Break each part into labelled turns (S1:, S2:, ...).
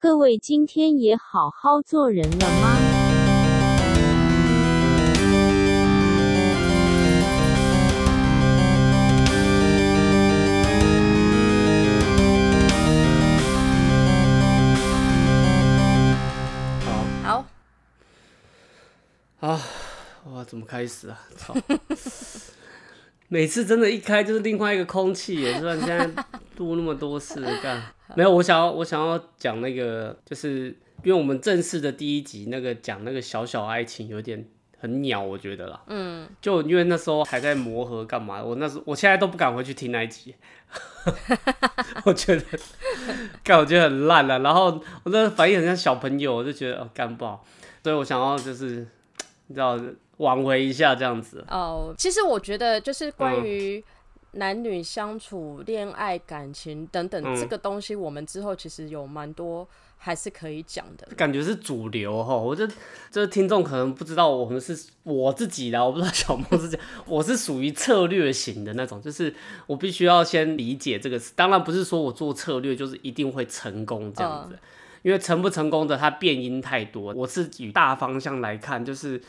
S1: 各位今天也好好做人了吗？
S2: 好
S3: 好，
S2: 啊，哇，怎么开始啊？ 操！每次真的，一开就是另外一个空气耶。虽然现在录那么多次，干没有？我想要，我想要讲那个，就是因为我们正式的第一集那个讲那个小小爱情，有点很鸟，我觉得啦。
S3: 嗯，
S2: 就因为那时候还在磨合，干嘛？我那时我现在都不敢回去听那一集，我觉得，干我觉得很烂了、啊然后我那反应很像小朋友，我就觉得哦干不好，所以我想要就是你知道挽回一下这样子。
S3: 哦，其实我觉得就是关于男女相处、恋爱、感情等等、
S2: 嗯
S3: 这个东西，我们之后其实有蛮多还是可以讲的。
S2: 感觉是主流哈，我这这听众可能不知道，我们是我自己啦，我不知道小莫是这样， 我是属于策略型的那种，就是我必须要先理解这个事，当然不是说我做策略就是一定会成功这样
S3: 嗯
S2: 子，因为成不成功的它变因太多，我是以大方向来看，就是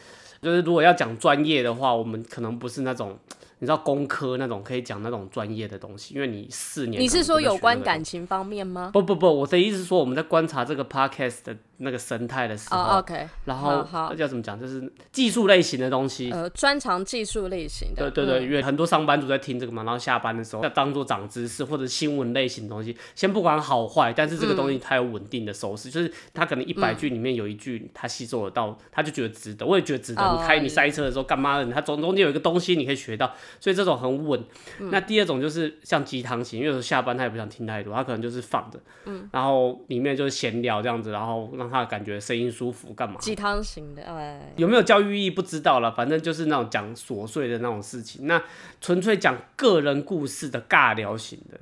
S2: 就是如果要讲专业的话，我们可能不是那种。你知道工科那种可以讲那种专业的东西，因为你四年
S3: 你
S2: 可
S3: 是
S2: 能
S3: 说
S2: 不会
S3: 有
S2: 学那
S3: 关
S2: 个
S3: 感情方面吗？
S2: 不不不，我的意思是说，我们在观察这个 podcast 的那个生态的时候，
S3: 哦、o k
S2: 然后
S3: 好
S2: 那叫怎么讲，就是技术类型的东西。
S3: 呃，专长技术类型
S2: 对
S3: 的，
S2: 对对，
S3: 嗯
S2: 因为很多上班族在听这个嘛，然后下班的时候要当做长知识或者新闻类型的东西，先不管好坏，但是这个东西它有稳定的收视，就是它可能一百句里面有一句它吸收得到，他就觉得值得，我也觉得值得。
S3: 哦
S2: 你开你塞车的时候干嘛的？它总中间有一个东西你可以学到，
S3: 嗯
S2: 所以这种很稳。那第二种就是像鸡汤型，因为有时候下班他也不想听太多，他可能就是放着，
S3: 嗯
S2: 然后里面就是闲聊这样子，然后让他感觉声音舒服干嘛的？
S3: 鸡汤型的，哎，
S2: 有没有教育意义不知道了，反正就是那种讲琐碎的那种事情，那纯粹讲个人故事的尬聊型的，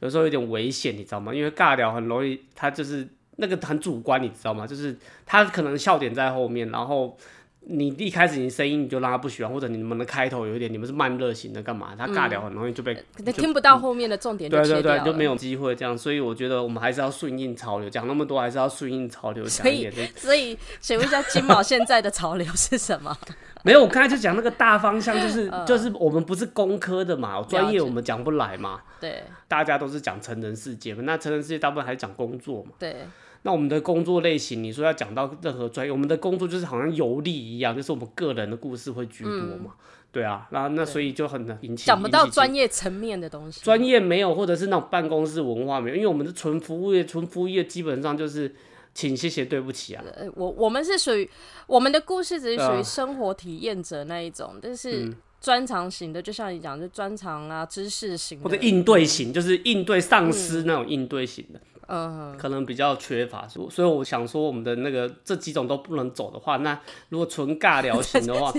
S2: 有时候有点危险，你知道吗？因为尬聊很容易，它就是那个很主观，你知道吗？就是他可能笑点在后面，然后你一开始你声音你就让他不喜欢，或者你们的开头有一点你们是慢热型的，干嘛？他尬聊很容易就被、
S3: 嗯可
S2: 就
S3: 能听不到后面的重点就
S2: 对
S3: 切
S2: 对
S3: 掉
S2: 对啊
S3: 了，
S2: 就没有机会这样，所以我觉得我们还是要顺应潮流，讲那么多还是要顺应潮流讲
S3: 所
S2: 一
S3: 以
S2: 点。就是，
S3: 所以，请问一下，金毛现在的潮流是什么？
S2: 没有，我刚才就讲那个大方向，就是就是我们不是工科的嘛，专
S3: 嗯了解
S2: 业我们讲不来嘛，
S3: 对
S2: 大家都是讲成人世界嘛。那成人世界大部分还是讲工作嘛。
S3: 对，
S2: 那我们的工作类型，你说要讲到任何专业，我们的工作就是好像游历一样，就是我们个人的故事会居多嘛。对啊，那那所以就很能引起
S3: 嗯讲不到专
S2: 业。
S3: 业层面的东西。
S2: 专业没有，或者是那种办公室文化没有，因为我们是纯服务业，纯服务业基本上就是请谢谢对不起啊，
S3: 呃，我我们是属于我们的故事只是属
S2: 对
S3: 于
S2: 啊
S3: 生活体验者那一种，但是
S2: 嗯
S3: 专长型的，就像你讲，就专长啊、知识型
S2: 或者
S3: 的，
S2: 应对型，就是应对上司那种应对型的。
S3: 嗯，
S2: 可能比较缺乏，所以所以我想说，我们的那个这几种都不能走的话，那如果纯尬聊型的 话，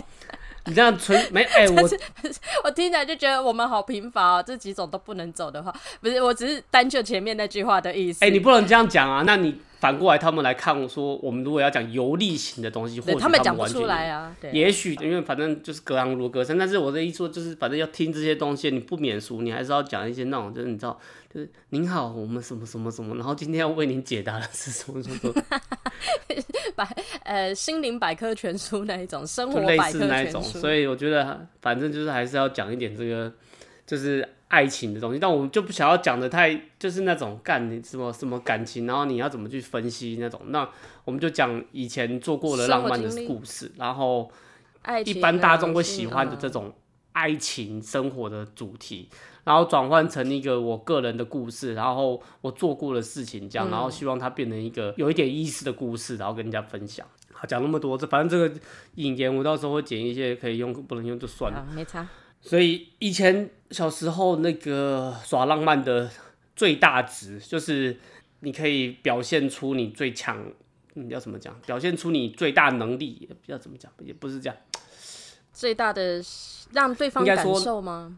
S2: 你这样纯没哎、我
S3: 我听起来就觉得我们好贫乏哦，这几种都不能走的话，不是，我只是单就前面那句话的意思。
S2: 哎、你不能这样讲啊！那你反过来，他们来看我说，我们如果要讲游历型的东西，或
S3: 对
S2: 许
S3: 他
S2: 们
S3: 讲不
S2: 完全
S3: 出来啊，对，
S2: 也许因为反正就是隔行如隔山，但是我的意思说就是，反正要听这些东西，你不免俗，你还是要讲一些那种，就是你知道，就是您好，我们什么什么什么，然后今天要为您解答的是什么什么什么，
S3: 呃，心灵百科全书那一种，生
S2: 就
S3: 活
S2: 类
S3: 百
S2: 似
S3: 科
S2: 那
S3: 全
S2: 一种，
S3: 书。
S2: 所以我觉得反正就是还是要讲一点这个就是爱情的东西，但我们就不想要讲的太就是那种干你什么什么感情，然后你要怎么去分析那种，那我们就讲以前做过的
S3: 生
S2: 浪
S3: 活
S2: 漫的
S3: 经历
S2: 故事，然后
S3: 爱
S2: 一
S3: 情
S2: 般大
S3: 啊
S2: 众会喜
S3: 性
S2: 欢的
S3: 啊
S2: 这种爱情生活的主题，然后转换成一个我个人的故事，然后我做过的事情这样，
S3: 嗯
S2: 然后希望它变成一个有一点意思的故事，然后跟人家分享。好，讲那么多，这反正这个引言我到时候会剪一些可以用，不能用就算了。
S3: 啊，没差。
S2: 所以以前小时候那个耍浪漫的最大值，就是你可以表现出你最强，你要怎么讲？表现出你最大能力，也不知道怎么讲，也不是这样。
S3: 最大的让对方
S2: 应该
S3: 感
S2: 说
S3: 受吗？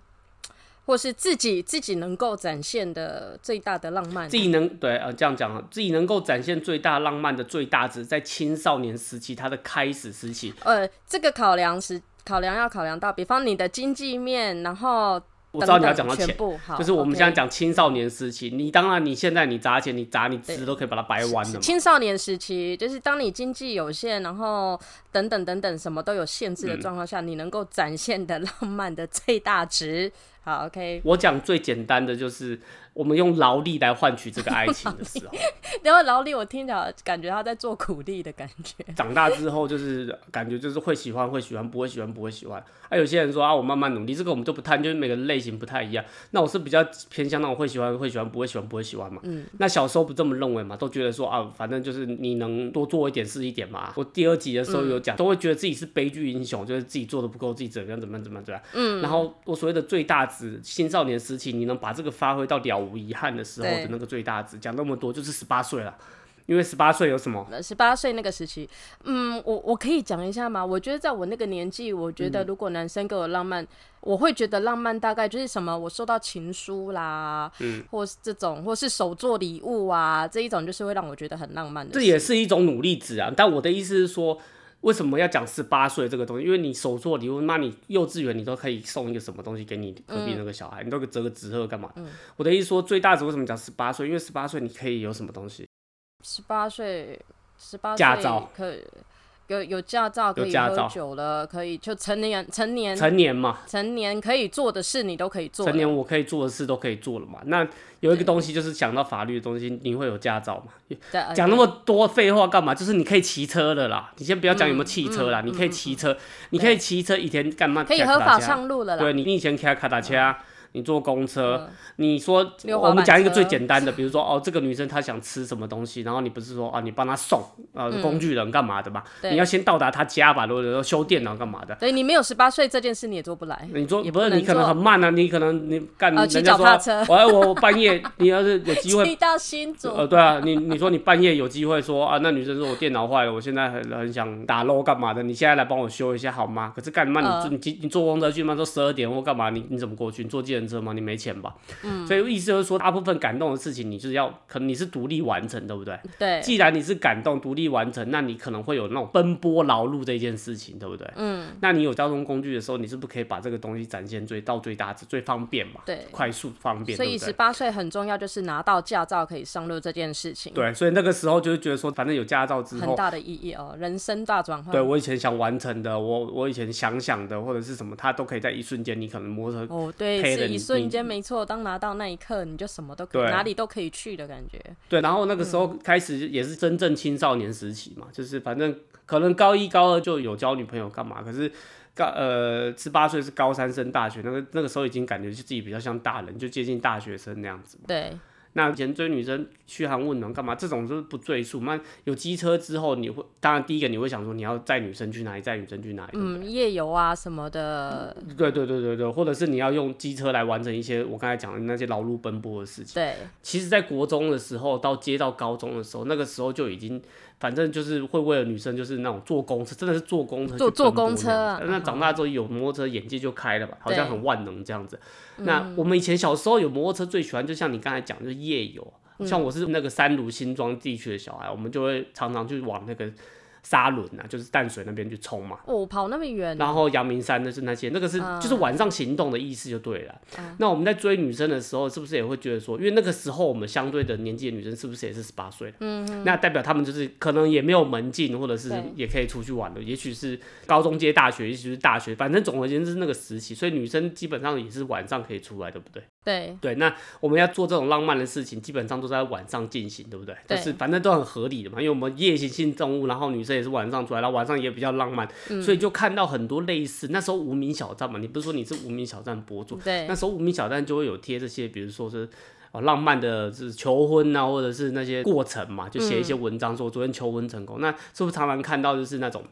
S3: 或是自己自己能够展现的最大的浪漫？啊
S2: 自己能对呃这样讲啊，自己能够展现最大浪漫的最大值，在青少年时期，它的开始时期，
S3: 呃，这个考量是考量要考量到，比方你的经济面，然后
S2: 我知道你要讲到
S3: 等等
S2: 钱
S3: 全，部好，
S2: 就是我们现在
S3: OK
S2: 讲青少年时期，你当然你现在你砸钱，你砸你
S3: 对
S2: 吃都可以把它掰弯的嘛。
S3: 青少年时期，就是当你经济有限，然后等等等等什么都有限制的
S2: 嗯
S3: 状况下，你能够展现的浪漫的最大值。好，OK。
S2: 我讲最简单的就是我们用劳力来换取这个爱情的时候，
S3: 然后劳力，我听起来感觉他在做苦力的感觉。
S2: 长大之后就是感觉就是会喜欢会喜欢，不会喜欢不会喜欢。啊，有些人说啊，我慢慢努力，这个我们就不探，就是每个类型不太一样。那我是比较偏向那种会喜欢会喜欢，不会喜欢不会喜欢嘛。嗯。那小时候不这么认为嘛，都觉得说啊，反正就是你能多做一点是一点嘛。我第二集的时候有讲，都会觉得自己是悲剧英雄，就是自己做的不够，自己怎么样怎么样怎么样怎么样。嗯。然后我所谓的最大值，青少年时期你能把这个发挥到了无遗憾的时候
S3: 对
S2: 的那个最大值，讲那么多就是十八岁了，因为十八岁有什么？
S3: 十八岁那个时期，嗯，我我可以讲一下吗？我觉得在我那个年纪，我觉
S2: 嗯
S3: 得如果男生给我浪漫，我会觉得浪漫大概就是什么，我收到情书啦，嗯，或是这种，或是手做礼物啊，这一种就是会让我觉得很浪漫的事。
S2: 这也是一种努力值啊。但我的意思是说，为什么要讲十八岁这个东西？因为你手做礼物，那你幼稚园你都可以送一个什么东西给你隔壁那个小孩，你都给折个纸鹤干
S3: 嗯
S2: 嘛？我的意思说，最大值为什么讲十八岁？因为十八岁你可以有什么东西？
S3: 十八岁，十八
S2: 驾照
S3: 可以有有驾照，可以
S2: 驾
S3: 喝
S2: 照
S3: 酒了，可以就成年成年
S2: 成年嘛，
S3: 成年可以做的事你都可以做了。
S2: 成年我可以做的事都可以做了嘛。那有一个东西就是讲到法律的东西，你会有驾照嘛？
S3: 对呃
S2: 讲那么多废话干嘛？就是你可以骑车了啦，你先不要讲有
S3: 嗯
S2: 没有汽车啦，你可以骑车，你可以骑车，以前干嘛？
S3: 可以合法上路了啦。嗯
S2: 对你你以前开卡达车，啊你坐公车，你说
S3: 溜滑
S2: 我们
S3: 板
S2: 讲一个
S3: 车
S2: 最简单的，比如说哦，这个女生她想吃什么东西，然后你不是说啊，你帮她送呃工具人干嘛的嘛？
S3: 嗯对
S2: 你要先到达她家吧，或者说修电脑干嘛的。
S3: 对你没有十八岁这件事你也做不来。
S2: 你说
S3: 也
S2: 不
S3: 不
S2: 是
S3: 能
S2: 你可能
S3: 做
S2: 很慢啊，你可能你干、
S3: 呃骑
S2: 人家
S3: 脚
S2: 说
S3: 踏车
S2: 我我我半夜你要是有 机会
S3: 去到新竹，
S2: 呃，对啊，你你说你半夜有机会说啊，那女生说我电脑坏了，我现在很很想打 l 干嘛的，你现在来帮我修一下好吗？可是干嘛你、
S3: 呃
S2: 你你你坐公车去吗？说十二点或干嘛？你你怎么过去？你坐计程车吗？你没钱吧？嗯，所以意思就是说，大部分感动的事情，你就是要可能你是独立完成，对不对？
S3: 对，
S2: 既然你是感动独立完成，那你可能会有那种奔波劳碌这件事情，对不对？嗯，那你有交通工具的时候，你是不是可以把这个东西展现最到最大值、最方便嘛？
S3: 对
S2: 快速方便，
S3: 所
S2: 对
S3: 以
S2: 不对
S3: 十八岁很重要，就是拿到驾照可以上路这件事情，，
S2: 对，所以那个时候就是觉得说，反正有驾照之
S3: 很
S2: 后，
S3: 大的意义哦，人生大转换。
S2: 对我以前想完成的，我我以前想想的或者是什么，它都可以在一瞬间，你可能摩托车。
S3: 哦，对，
S2: 黑人
S3: 是一瞬
S2: 你
S3: 间，没错。当拿到那一刻，你就什么都可以，
S2: 对啊
S3: 哪里都可以去的感觉。
S2: 对，然后那个时候开始也是真正青少年时期嘛，就是反正可能高一高二就有交女朋友干嘛，可是高呃十八岁是高三升大学，那个那个时候已经感觉自己比较像大人，就接近大学生那样子。
S3: 对，
S2: 那以前追女生嘘寒问暖干嘛？这种就是不赘述。那有机车之后，你会当然第一个你会想说你要载女生去哪里，载女生去哪里，对不对嗯
S3: 嗯，夜游啊什么的，
S2: 对对对对对，或者是你要用机车来完成一些我刚才讲的那些劳碌奔波的事情。
S3: 对，
S2: 其实，在国中的时候到接到高中的时候，那个时候就已经，反正就是会为了女生就是那种坐公车，真的是坐公车去
S3: 坐
S2: 奔波
S3: 坐公车啊
S2: 那样子那长大之后有摩托车，眼界就开了吧，好像
S3: 对嗯
S2: 很万能这样子。那我们以前小时候有摩托车，最喜欢就像你刚才讲，就是夜游。啊
S3: 嗯
S2: 像我是那个三芦新庄地区的小孩，我们就会常常去往那个沙仑啊，就是淡水那边去冲嘛。
S3: 哦，跑那么远，
S2: 然后阳明山的是那些，那个是、就是晚上行动的意思就对了。那我们在追女生的时候，是不是也会觉得说，因为那个时候我们相对的年纪的女生是不是也是十八岁了？嗯，那代表她们就是可能也没有门禁，或者是
S3: 对
S2: 也可以出去玩了，也许是高中接大学，也许是大学，反正总而言之是那个时期，所以女生基本上也是晚上可以出来，对不对？
S3: 对，
S2: 对，那我们要做这种浪漫的事情，基本上都在晚上进行，对不对？
S3: 对
S2: 就是反正都很合理的嘛，因为我们夜行性动物，然后女生也是晚上出来，然后晚上也比较浪漫，
S3: 嗯
S2: 所以就看到很多类似那时候无名小站嘛，你不是说你是无名小站博主，
S3: 对
S2: 那时候无名小站就会有贴这些，比如说是。哦，浪漫的就是求婚啊，或者是那些过程嘛，就
S3: 嗯
S2: 写一些文章说昨天求婚成功。那是不是常常看到就是那种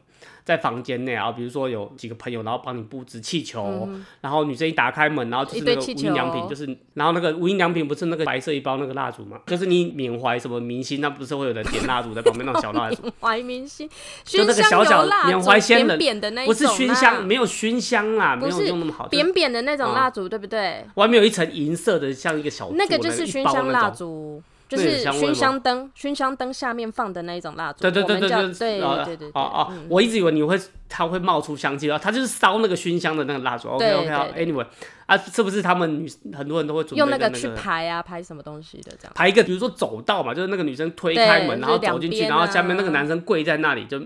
S2: 在房间内啊，比如说有几个朋友，然后帮你布置气球，然后女生一打开门，然后就是
S3: 嗯一
S2: 那
S3: 堆
S2: 个
S3: 气
S2: 无印良品，
S3: 球
S2: 就是然后那个无印良品不是那个白色一包那个蜡烛嘛，就是你缅怀什么明星，那不是会有人点蜡烛在旁边那种小蜡烛，
S3: 怀明星，
S2: 就
S3: 熏
S2: 那个
S3: 香
S2: 小小
S3: 油蜡
S2: 缅
S3: 烛
S2: 怀先
S3: 扁
S2: 人
S3: 扁的那一
S2: 不是
S3: 种
S2: 熏
S3: 啦
S2: 香，没有熏香啦，没
S3: 不
S2: 有
S3: 是
S2: 用那么好，就是
S3: 扁扁的那种
S2: 嗯
S3: 蜡烛，对不对？
S2: 外面有一层银色的，像一个小
S3: 那
S2: 座
S3: 个就是
S2: 一
S3: 熏
S2: 包
S3: 香
S2: 哦那
S3: 蜡
S2: 种。
S3: 烛，就
S2: 那有
S3: 是
S2: 香味
S3: 熏
S2: 吗
S3: 香灯，熏香灯下面放的那一种蜡烛。
S2: 对对对对
S3: 我们叫
S2: 对
S3: 对对对对，
S2: 哦哦
S3: 嗯，
S2: 我一直以为你会它会冒出香气，然后它就是烧那个熏香的那个蜡烛。OK
S3: 对
S2: OK 好
S3: 对
S2: ，Anyway，啊，是不是他们女很多人都会准备
S3: 用
S2: 那
S3: 那
S2: 个
S3: 个去排啊，排什么东西的这样。
S2: 排一个，比如说走道嘛，就是那个女生推
S3: 对
S2: 开门，然
S3: 就是
S2: 后走进去，
S3: 两边
S2: 然
S3: 啊嗯
S2: 后下面那个男生跪在那里，就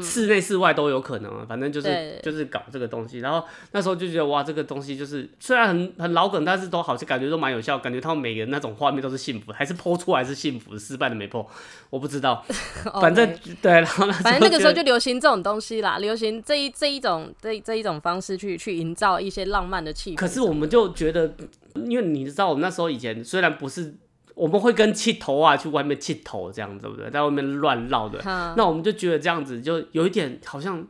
S2: 室内室外都有可能啊，反正就是
S3: 对
S2: 就是搞这个东西。然后那时候就觉得哇，这个东西就是虽然很很老梗，但是都好像感觉都蛮有效，感觉他们每个人那种画面都是幸福，还是剖出来是幸福，失败的没剖，我不知道， 反正
S3: 哦 OK
S2: 对，然后那
S3: 反正那个时候
S2: 觉得
S3: 就流行这种东西啦，流行这一这一种这一这一种方式去去营造一些浪漫的气氛。
S2: 可是我们就觉得，因为你知道，我们那时候以前虽然不是，我们会跟气头啊去外面气头这样，对不对？在外面乱绕的，
S3: 哈
S2: 那我们就觉得这样子就有一点好像。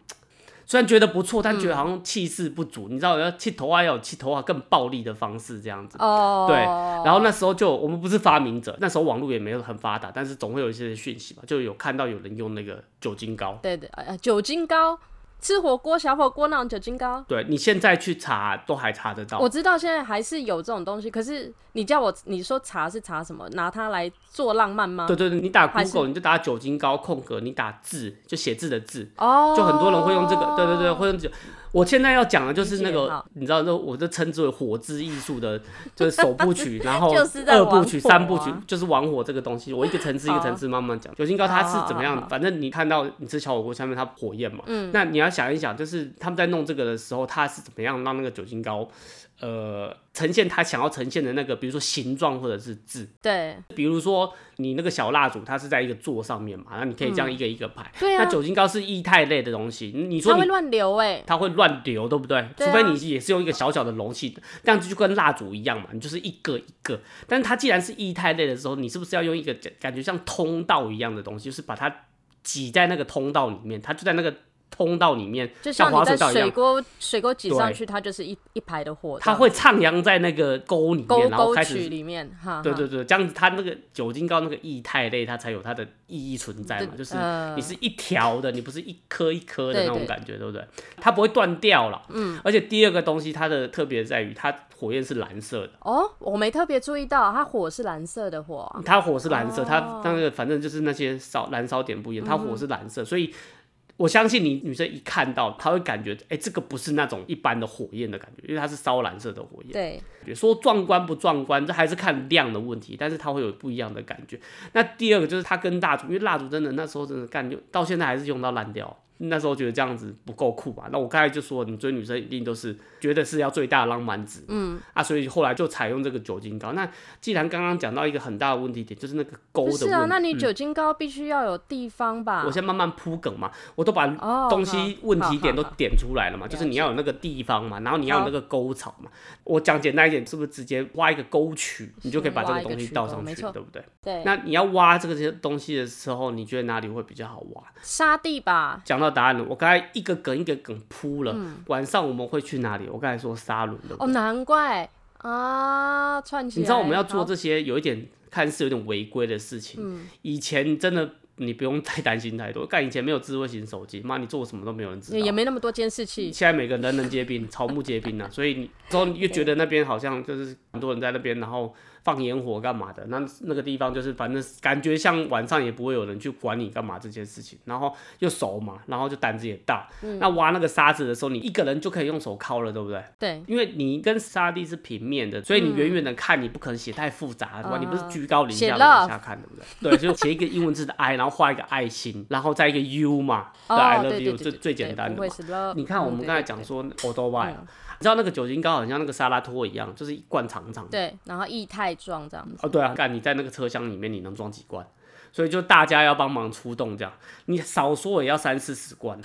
S2: 虽然觉得不错，但
S3: 嗯
S2: 觉得好像气势不足。你知道，要气头啊，要有气头啊更暴力的方式这样子。
S3: 哦，
S2: 对，然后那时候就我们不是发明者，那时候网络也没有很发达，但是总会有一些讯息吧，就有看到有人用那个酒精膏。
S3: 对对，呃，酒精膏，吃火锅小火锅那种酒精膏，
S2: 对你现在去查都还查得到。
S3: 我知道现在还是有这种东西，可是你叫我你说查是查什么？拿它来做浪漫吗？
S2: 对对对，你打
S3: 还是
S2: Google 你就打酒精膏空格，你打字就写字的字，
S3: 哦，
S2: 就很多人会用这个。对对对，会用酒。我现在要讲的就是那
S3: 理解
S2: 个
S3: 好，
S2: 你知道，那我就称之为火之艺术的，就是首部曲，然后
S3: 就是在
S2: 二
S3: 玩
S2: 部曲、
S3: 火
S2: 三部曲
S3: 啊，
S2: 就是玩火这个东西。我一个层次一个层次慢慢讲。酒精膏它是怎么
S3: 好好
S2: 样？
S3: 好嗯
S2: 反正你看到你吃小火锅下面它火焰嘛，那你要想一想，就是他们在弄这个的时候，它是怎么样让那个酒精膏，呃，呈现它想要呈现的那个，比如说形状或者是字。
S3: 对
S2: 比如说你那个小蜡烛，它是在一个座上面嘛，那你可以这样一个一个排。
S3: 对啊
S2: 那酒精膏是液态类的东西，你你
S3: 它
S2: 说
S3: 会
S2: 你
S3: 乱流哎、
S2: 它会乱流，对不对？
S3: 对啊
S2: 除非你也是用一个小小的容器，这样子就跟蜡烛一样嘛，你就是一个一个。但是它既然是液态类的时候，你是不是要用一个感感觉像通道一样的东西，就是把它挤在那个通道里面，它就在那个通道里面，
S3: 就
S2: 像
S3: 像
S2: 滑
S3: 你
S2: 水
S3: 在
S2: 道一样
S3: 水。锅水锅挤上
S2: 对
S3: 去，它就是一一排的火，
S2: 它会徜徉在那个沟里
S3: 勾
S2: 面，然后
S3: 勾
S2: 开
S3: 曲
S2: 始
S3: 里面哈，
S2: 对对
S3: 哈
S2: 对，这样子它那个酒精膏那个液态类，它才有它的意义存在嘛，
S3: 对
S2: 就是
S3: 呃
S2: 你是一条的，你不是一颗一颗的
S3: 对
S2: 那种
S3: 对
S2: 感觉，对不对？它不会断掉了。嗯，而且第二个东西它的特别在于它火焰是蓝色的，
S3: 哦，我没特别注意到，它火是蓝色的火啊，
S2: 它火是蓝色，
S3: 哦
S2: 它那个反正就是那些烧燃烧点不一样，它
S3: 嗯
S2: 火是蓝色，所以。我相信你女生一看到，她会感觉，哎、这个不是那种一般的火焰的感觉，因为它是烧蓝色的火焰。
S3: 对，
S2: 觉说壮观不壮观，这还是看量的问题，但是它会有不一样的感觉。那第二个就是它跟蜡烛，因为蜡烛真的那时候真的干，就到现在还是用到烂掉。那时候觉得这样子不够酷吧？那我刚才就说，你追女生一定都是觉得是要最大的浪漫值，嗯啊，所以后来就采用这个酒精膏。那既然刚刚讲到一个很大的问题点，就是那个勾
S3: 不
S2: 的问
S3: 是
S2: 题，嗯
S3: 啊，那你酒精膏必须要有地方吧？
S2: 我先慢慢铺梗嘛，我都把
S3: 哦
S2: 东西
S3: 好
S2: 问题点都
S3: 好好
S2: 点出来了嘛，就是你要有那个地方嘛，然后你要有那个沟槽嘛。我讲简单一点，是不是直接挖一个沟渠，你就可以把这
S3: 挖
S2: 个
S3: 一个
S2: 东西
S3: 渠
S2: 倒
S3: 沟
S2: 上
S3: 没
S2: 去，
S3: 错
S2: 对不对？
S3: 对，
S2: 那你要挖这个东西的时候，你觉得哪里会比较好挖？
S3: 沙地吧，
S2: 讲到答案了，我刚才一个梗一个梗铺了。晚上我们会去哪里？我刚才说沙伦的，
S3: 嗯哦，难怪啊，串起来。
S2: 你知道我们要做
S3: 好嗯
S2: 这些有一点看似有点违规的事情，以前真的。你不用太担心太多，干以前没有智慧型手机，妈你做什么都没有人知道，
S3: 也也没那么多监视器，
S2: 现在每个人人人皆兵，草木皆兵呐、啊，所以你之后你又觉得那边好像就是很多人在那边，然后放烟火干嘛的，那那个地方就是反正感觉像晚上也不会有人去管你干嘛这件事情，然后又熟嘛，然后就胆子也大。那挖那个沙子的时候，你一个人就可以用手敲了，对不对？
S3: 对，
S2: 因为你跟沙地是平面的，所以你远远的看，你不可能写太复杂，对吧？
S3: 嗯
S2: 你不是居高临
S3: 写
S2: 下的
S3: love
S2: 往下看，对不对？对，就写一个英文字的 I，然后画一个爱心，然后再一个 U 嘛，对，I
S3: 哦，
S2: love
S3: 对对
S2: you，
S3: 对，
S2: 这
S3: 对
S2: 最简
S3: 对
S2: 单
S3: 不
S2: 的
S3: 会
S2: 嘛。
S3: 是 love，
S2: 你看，我们
S3: 嗯
S2: 刚才
S3: 对
S2: 讲
S3: 对
S2: 说 o d o
S3: 嗯
S2: 你知道那个酒精膏很像那个沙拉托一样，就是一罐长长的。
S3: 对，然后液态状这样子，
S2: 哦，对啊，干你在那个车厢里面，你能装几罐？所以就大家要帮忙出动，这样你少说也要三四十罐。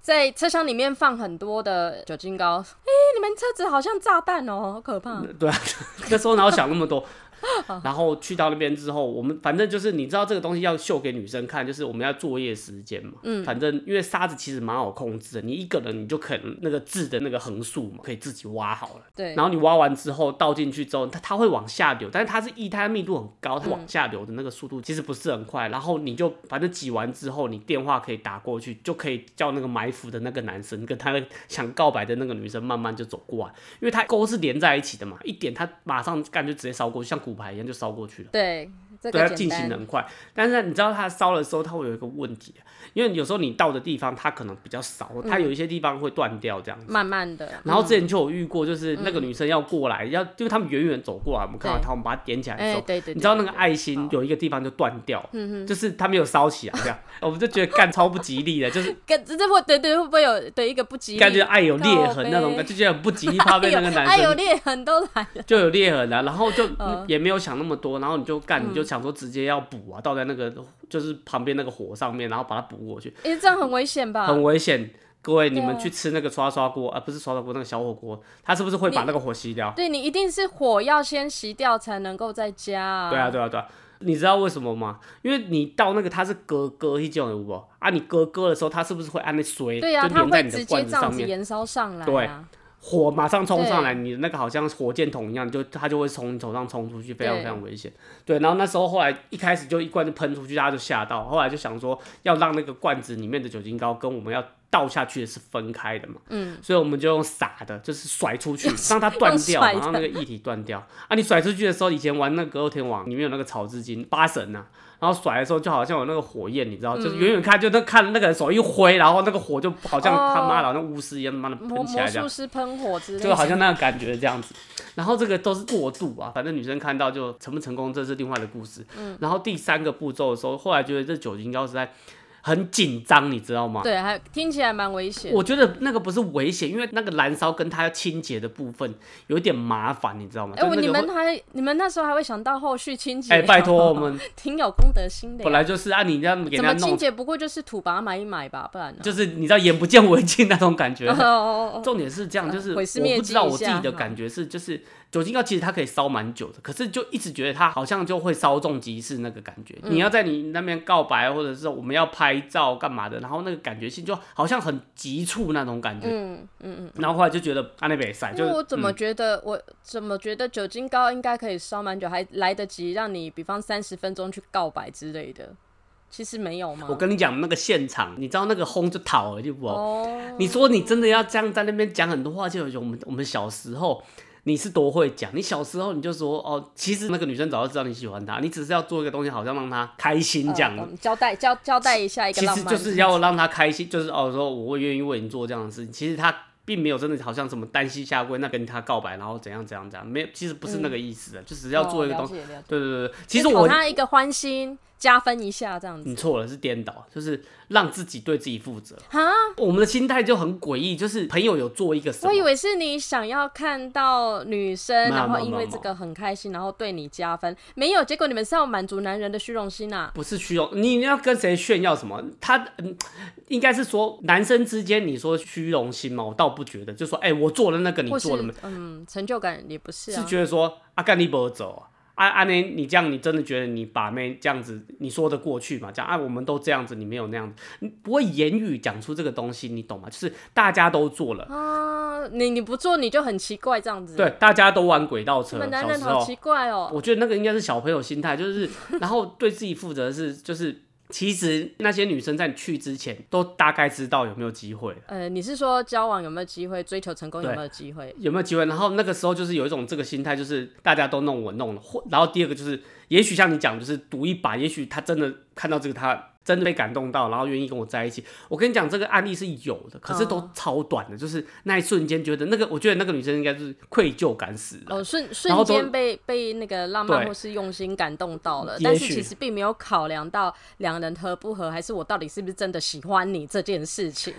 S3: 在车厢里面放很多的酒精膏，哎，你们车子好像炸弹哦，好可怕，
S2: 对啊， 那时候哪有想那么多？
S3: 嗯
S2: 然后去到那边之后，我们反正就是你知道这个东西要秀给女生看，就是我们要作业时间嘛。嗯，反正因为沙子其实蛮好控制的，你一个人你就可能那个字的那个横竖嘛，可以自己挖好了。
S3: 对
S2: 然，后你挖完之后倒进去之后，它它会往下流，但是它是液态密度很高，它往下流的那个速度其实不是很快。然后你就反正挤完之后，你电话可以打过去，就可以叫那个埋伏的那个男生跟他的想告白的那个女生慢慢就走过来，因为它钩是连在一起的嘛，一点它马上干就直接烧过去，像骨牌一样就烧过去了。
S3: 对，这
S2: 对它
S3: 个
S2: 进
S3: 简
S2: 行
S3: 单
S2: 的很快。但是你知道它烧的时候，它会有一个问题，因为有时候你到的地方它可能比较少，它
S3: 嗯
S2: 有一些地方会断掉这样子。
S3: 慢慢的。
S2: 然后之前就有遇过，就是那个女生要过来，要因为他们远远走过来，我们看到
S3: 嗯对
S2: 她，我们把它点起来的
S3: 哎、
S2: 时候，
S3: 对对对，
S2: 你知道那个
S3: 对嗯
S2: 爱心有一个地方就断掉，就是它没有烧起来，这样我们就觉得干超不吉利的， 就是
S3: 跟这这会对对会不会有对一个不吉利？
S2: 感觉爱有裂
S3: 靠
S2: 痕
S3: 背
S2: 那种感觉，就觉得很不吉利，怕被那个
S3: 哎
S2: 男
S3: 呦哎呦
S2: 生
S3: 裂嗯痕都来了，
S2: 就有裂痕啊，然后就也没有想那么多，然后你就干，
S3: 嗯
S2: 你就想说直接要补啊，倒在那个就是旁边那个火上面，然后把它补过去，
S3: 哎、这样很危险吧？
S2: 很危险。各位，你
S3: 对啊
S2: 们去吃那个刷刷锅，啊，不是刷刷锅，那个小火锅，它是不是会把那个火熄掉？
S3: 对你一定是火要先熄掉才能够再加、啊
S2: 对啊，，对啊，对啊。你知道为什么吗？因为你到那个它是割割那种有无啊？你割割的时候，它是不是会按那水
S3: 对啊，
S2: 就
S3: 它
S2: 粘在
S3: 会
S2: 你
S3: 直
S2: 的
S3: 接
S2: 罐
S3: 这
S2: 子
S3: 样
S2: 上
S3: 子
S2: 面？
S3: 燃烧上来、啊。
S2: 对火马上冲上来，
S3: 对
S2: 你那个好像火箭筒一样，就它就会从你手上冲出去，非常
S3: 对
S2: 非常危险。对，然后那时候后来一开始就一罐就喷出去，大家就吓到，后来就想说要让那个罐子里面的酒精膏跟我们要倒下去的是分开的嘛，嗯，所以我们就用撒的，就是甩出去，让它断掉，
S3: 甩的
S2: 然后那个液体断掉。啊，你甩出去的时候，以前玩那个格斗天网里面有那个草字经八神呐、然后甩的时候就好像有那个火焰，你知道，就是远远看就那看那个人手一挥，然后那个火就好像他妈的好像巫师一样，他妈的
S3: 魔
S2: 喷起
S3: 魔
S2: 来这样
S3: 术。师喷火之类的，
S2: 就好像那个感觉这样子。然后这个都是过渡啊，反正女生看到就成不成功，这是另外的故事。
S3: 嗯
S2: 然后第三个步骤的时候，后来觉得这酒精膏实在很紧张，你知道吗？
S3: 对，还听起来蛮危险。
S2: 我觉得那个不是危险，因为那个燃烧跟它要清洁的部分有一点麻烦，你知道吗？
S3: 哎、
S2: 就
S3: 我
S2: 那
S3: 你
S2: 个会
S3: 们还你们那时候还会想到后续清洁？
S2: 哎、拜 托我，们
S3: 挺有公德心的呀。
S2: 本来就是啊，你这样给
S3: 怎
S2: 人
S3: 么
S2: 家
S3: 清
S2: 弄，
S3: 洁？不过就是土把它埋一埋吧，不然呢？
S2: 就是你知道眼不见为净那种感觉
S3: 哦。哦哦
S2: 重点是这样，就是
S3: 毁尸
S2: 我
S3: 灭
S2: 不
S3: 迹
S2: 知道我
S3: 一
S2: 自
S3: 下嗯
S2: 己的感觉是，就是酒精膏其实它可以烧蛮久的，可是就一直觉得它好像就会稍纵即逝那个感觉。
S3: 嗯
S2: 你要在你那边告白，或者是我们要拍照干嘛的，然后那个感觉性就好像很急促那种感觉。
S3: 嗯嗯嗯。
S2: 然后后来就觉得啊安内北塞，就
S3: 因为
S2: 是
S3: 我怎么
S2: 嗯
S3: 觉得，我怎么觉得酒精膏应该可以烧蛮久，还来得及让你，比方三十分钟去告白之类的。其实没有吗？
S2: 我跟你讲那个现场，你知道那个轰就讨了，就不？
S3: 哦，
S2: 你说你真的要这样在那边讲很多话，就有一种我们我们小时候你是多会讲，你小时候你就说哦，其实那个女生早就知道你喜欢她，你只是要做一个东西，好像让她开心
S3: 呃
S2: 这样。
S3: 嗯交代交交代一下一个
S2: 其
S3: 浪
S2: 实就
S3: 漫，
S2: 是要让她开心，就是哦说我愿意为你做这样的事情。其实她并没有真的好像什么单膝下跪，那跟她告白，然后怎样怎样怎样，没有，其实不是那个意思的，啊就只是要做一个
S3: 嗯哦
S2: 东
S3: 了
S2: 西。
S3: 解了解
S2: 对对对，其实
S3: 就讨
S2: 我嗯
S3: 他一个欢心，加分一下这样
S2: 你
S3: 子。
S2: 错了，是颠倒，就是让自己对自己负责。
S3: 哈，
S2: 我们的心态就很诡异，就是朋友有做一个什么
S3: 我，以为是你想要看到女生，
S2: 没有
S3: 然后
S2: 没有
S3: 因为
S2: 没有
S3: 这个很开心，然后对你加分。没有，结果你们是要满足男人的虚荣心啊！
S2: 不是虚荣，你要跟谁炫耀什么？他嗯，应该是说男生之间，你说虚荣心嘛，我倒不觉得，就说哎、我做了那个，你
S3: 或是
S2: 做了没？
S3: 嗯，成就感也不是
S2: 是
S3: 啊。
S2: 觉得说啊，干你不走啊，啊那你这样，你真的觉得你把妹这样子，你说得过去吗？这样啊，我们都这样子，你没有那样子，你不会言语讲出这个东西，你懂吗？就是大家都做了，
S3: 啊，你你不做你就很奇怪这样子。，
S2: 对，大家都玩轨道车
S3: 你，们男
S2: 小
S3: 人
S2: 时
S3: 好
S2: 候
S3: 奇怪哦。
S2: 我觉得那个应该是小朋友心态，就是然后对自己负责的是就是。其实那些女生在你去之前都大概知道有没有机会，
S3: 呃，你是说交往有没有机会，追求成功有
S2: 对
S3: 没有机会？
S2: 有没有机会。然后那个时候就是有一种这个心态，就是大家都弄我弄了。或然后第二个就是，也许像你讲，就是赌一把，也许他真的看到这个，他真的被感动到，然后愿意跟我在一起。我跟你讲，这个案例是有的，可是都
S3: 哦
S2: 超短的，就是那一瞬间觉得那个，我觉得那个女生应该就是愧疚感死了。
S3: 哦，瞬
S2: 然
S3: 瞬
S2: 后都
S3: 间被被那个浪漫
S2: 对
S3: 或是用心感动到了，
S2: 也
S3: 但是
S2: 许
S3: 其实并没有考量到两人合不合，还是我到底是不是真的喜欢你这件事情。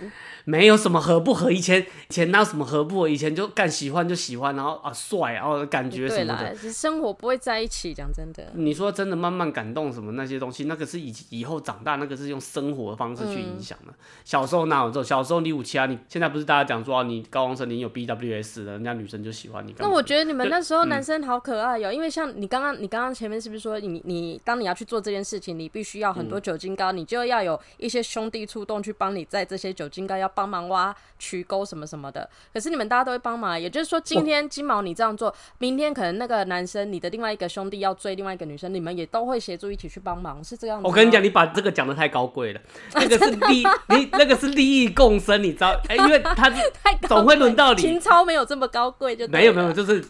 S2: 没有什么合不合，以前以前哪有什么合不合，以前就干喜欢就喜欢，然后啊帅，然后感觉什
S3: 对
S2: 么
S3: 啦
S2: 的。，
S3: 其实生活不会在一起，讲真的。
S2: 你说真的，慢慢感动什么那些东西，那个是以以后长大，那个是用生活的方式去影响
S3: 嗯
S2: 的。小时候哪有这种？小时候你五七啊，你现在不是大家讲说、啊、你高中生你有 BWS 了，人家女生就喜欢你干
S3: 那
S2: 嘛。
S3: 我觉得你们
S2: 就嗯
S3: 那时候男生好可爱哟、哦因为像你刚刚，你刚刚前面是不是说你你当你要去做这件事情，你必须要很多
S2: 嗯
S3: 酒精膏，你就要有一些兄弟触动去帮你在这些酒精膏要帮忙挖渠沟什么什么的。可是你们大家都会帮忙，也就是说今天金毛你这样做，明天可能那个男生你的另外一个兄弟要追另外一个女生，你们也都会协助一起去帮忙，是这样子吗？
S2: 我跟你讲，你把这个讲讲的太高贵了， 那个是利，你那个是利益共生，你知道？哎、因为他是
S3: 太高贵
S2: 总会轮到你
S3: 情操没有这么高贵就对
S2: 没有没有，
S3: 了
S2: 就是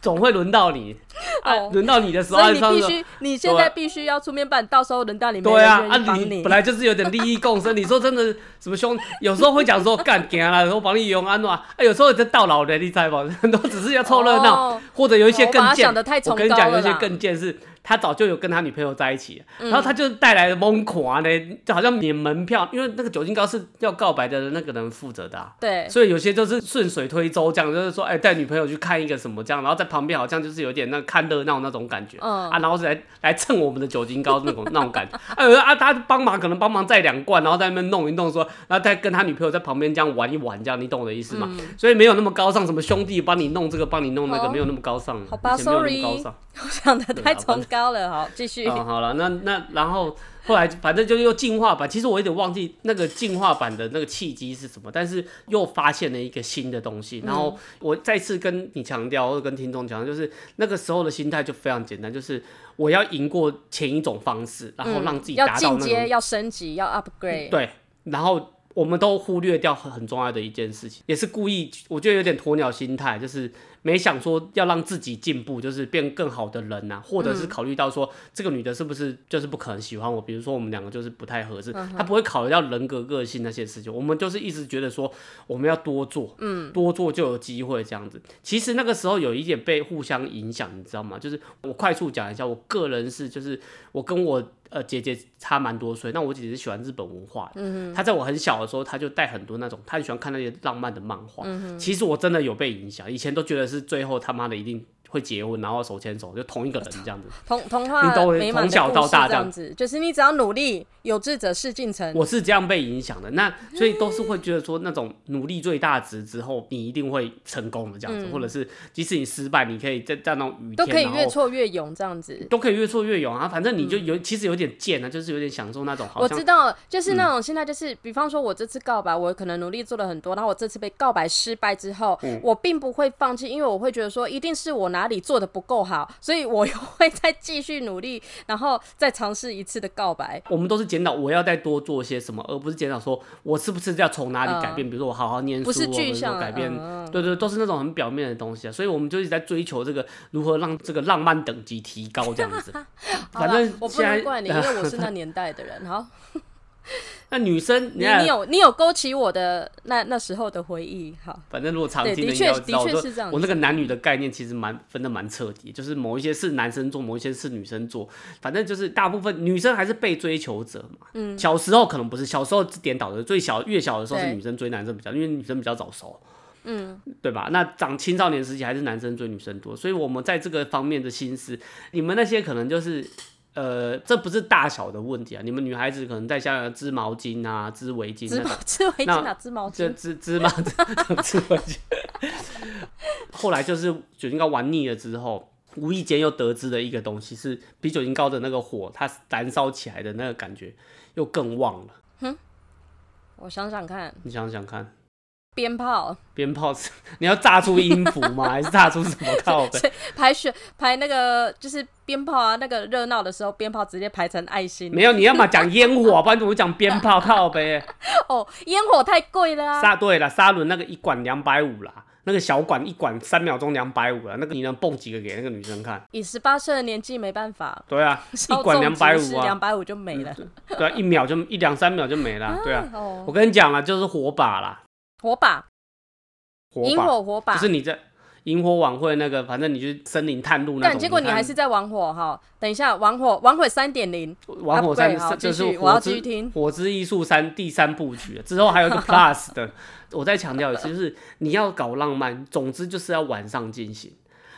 S2: 总会轮到你啊
S3: 哦，
S2: 轮到你的时候，
S3: 所以你
S2: 他就
S3: 必
S2: 说
S3: 须，你现在必须要出面办，到时候轮到你没
S2: 对
S3: 人
S2: 啊
S3: 愿意
S2: 啊，
S3: 帮
S2: 你
S3: 你
S2: 本来就是有点利益共生。你说真的，什么兄， 有时候会讲说干干啦，我帮你用安暖，啊，有时候在到老的，你猜 吧，很多只是要凑热闹
S3: 哦，
S2: 或者有一些
S3: 哦我
S2: 更
S3: 把他
S2: 贱
S3: 想得太。
S2: 我
S3: 崇
S2: 跟你
S3: 高
S2: 讲，有
S3: 了
S2: 一些
S3: 啦嗯
S2: 更贱是，他早就有跟他女朋友在一起了，然后他就带来了蒙垮呢，就好像免门票，因为那个酒精膏是要告白的那个人负责的啊。
S3: 对，
S2: 所以有些就是顺水推舟，这样就是说，哎、带女朋友去看一个什么这样，然后在旁边好像就是有点那看热闹那种感觉，
S3: 嗯
S2: 啊，然后来来蹭我们的酒精膏那种那种感觉， 哎、有的啊，他帮忙可能帮忙载两罐，然后在那边弄一弄说然后再跟他女朋友在旁边这样玩一玩，这样你懂我的意思
S3: 嗯
S2: 吗？所以没有那么高尚，什么兄弟帮你弄这个，帮你弄那个，
S3: 哦
S2: 没有那么高尚，
S3: 好吧
S2: 以前没有那么高
S3: ，sorry
S2: 尚。
S3: 我想的
S2: 对啊
S3: 太崇高了，好，继续。
S2: 啊、好了，那那然后后来反正就又进化版，其实我有点忘记那个进化版的那个契机是什么，但是又发现了一个新的东西。然
S3: 嗯
S2: 后我再次跟你强调，或者跟听众强调，就是那个时候的心态就非常简单，就是我要赢过前一种方式，然后让自己
S3: 嗯要
S2: 达到
S3: 进
S2: 那
S3: 阶，
S2: 种、
S3: 要升级，要 upgrade。
S2: 对，然后。我们都忽略掉很很重要的一件事情，也是故意，我觉得有点鸵鸟心态，就是没想说要让自己进步，就是变更好的人呐、啊或者是考虑到说这个女的是不是就是不可能喜欢我，比如说我们两个就是不太合适，她不会考虑到人格、个性那些事情，我们就是一直觉得说我们要多做，嗯，多做就有机会这样子。其实那个时候有一点被互相影响，你知道吗？就是我快速讲一下，我个人是就是我跟我。呃，姐姐差蛮多岁，那我姐姐是喜欢日本文化的，嗯、她在我很小的时候，她就带很多那种，她很喜欢看那些浪漫的漫画，
S3: 嗯
S2: 其实我真的有被影响，以前都觉得是最后他妈的一定会结婚，然后手牵手，就同一个人这样子。
S3: 童童话
S2: 你懂我
S3: 美满
S2: 从小
S3: 的
S2: 到
S3: 故事
S2: 大
S3: 这
S2: 这
S3: 样
S2: 样
S3: 子，就是你只要努力，有志者事竟成。
S2: 我是这样被影响的，那所以都是会觉得说那种努力最大值之后，你一定会成功的这样子，或者是即使你失败，你可以在在那种雨天，
S3: 嗯都可以越
S2: 然后
S3: 挫嗯越勇这样子。
S2: 都可以越挫越勇啊，反正你就有、其实有点贱啊，就是有点享受那种好
S3: 我
S2: 像嗯
S3: 知道了，就是那种现在就是，比方说我这次告白，我可能努力做了很多，然后我这次被告白失败之后，
S2: 嗯
S3: 我并不会放弃，因为我会觉得说一定是我哪里做的不够好，所以我又会再继续努力，然后再尝试一次的告白。
S2: 我们都是检讨我要再多做些什么，而不是检讨说我是不是要从哪里改变，比如说我好好念书，
S3: 嗯不是
S2: 我
S3: 具
S2: 们
S3: 象
S2: 说改变，
S3: 嗯
S2: 对对，都是那种很表面的东西啊。所以我们就一直在追求这个如何让这个浪漫等级提高这样子。
S3: 好
S2: 反
S3: 啦
S2: 正
S3: 我不
S2: 现在
S3: 能怪你，因为我是那年代的人。好，
S2: 那女生，
S3: 你
S2: 看
S3: 你有你有勾起我的那那时候的回忆。好，
S2: 反正如果常
S3: 对
S2: 听
S3: 的
S2: 应
S3: 确
S2: 该会知道，
S3: 的
S2: 我
S3: 确是这
S2: 说
S3: 样
S2: 我那个男女的概念其实蛮分的蛮彻底，就是某一些是男生做，某一些是女生做，反正就是大部分女生还是被追求者嘛。嗯，小时候可能不是，小时候是颠倒的，最小越小的时候是
S3: 对
S2: 女生追男生比较，因为女生比较早熟。嗯，对吧？那长青少年时期还是男生追女生多，所以我们在这个方面的心思，你们那些可能就是呃，这不是大小的问题啊。你们女孩子可能在下面织毛巾啊、织围巾
S3: 织
S2: 那
S3: 毛
S2: 种，
S3: 织围巾
S2: 那
S3: 哪织毛
S2: 这
S3: 巾？
S2: 芝芝麻芝麻酱。后来就是酒精膏玩腻了之后，无意间又得知了一个东西，是比酒精膏的那个火，它燃烧起来的那个感觉又更旺了。
S3: 我想想看，
S2: 你想想看，
S3: 鞭炮、
S2: 鞭炮是你要炸出音符吗？还是炸出什么靠背？
S3: 排雪、排那个就是鞭炮啊，那个热闹的时候，鞭炮直接排成爱心。
S2: 没有，你要么讲烟火，不然怎么讲鞭炮靠背？
S3: 哦，烟火太贵了啊！
S2: 杀对了，沙轮那个一管两百五啦，那个小管一管三秒钟两百五了，那个你能蹦几个给那个女生看？
S3: 以十八岁的年纪没办法，
S2: 对啊，一管两百五啊，
S3: 两百五嗯就没了。
S2: 对啊，一秒就一两三秒就没了，对啊。我
S3: 哦，
S2: 跟你讲啊，就是火把啦，
S3: 火把，
S2: 火
S3: 萤
S2: 把，
S3: 火火把
S2: 就，是你在萤火晚会那个，反正你去森林探路那
S3: 但
S2: 种。
S3: 结果你
S2: 看
S3: 还是在玩火哈。等一下，玩火，玩火三点零，
S2: 玩火山
S3: upgrade，好，
S2: 就
S3: 继
S2: 是
S3: 续，我
S2: 火
S3: 要继续
S2: 之
S3: 听。
S2: 火之艺术三第三部曲了之后还 有一个 Plus 的，我再强调一次，就是你要搞浪漫，总之就是要晚上进行，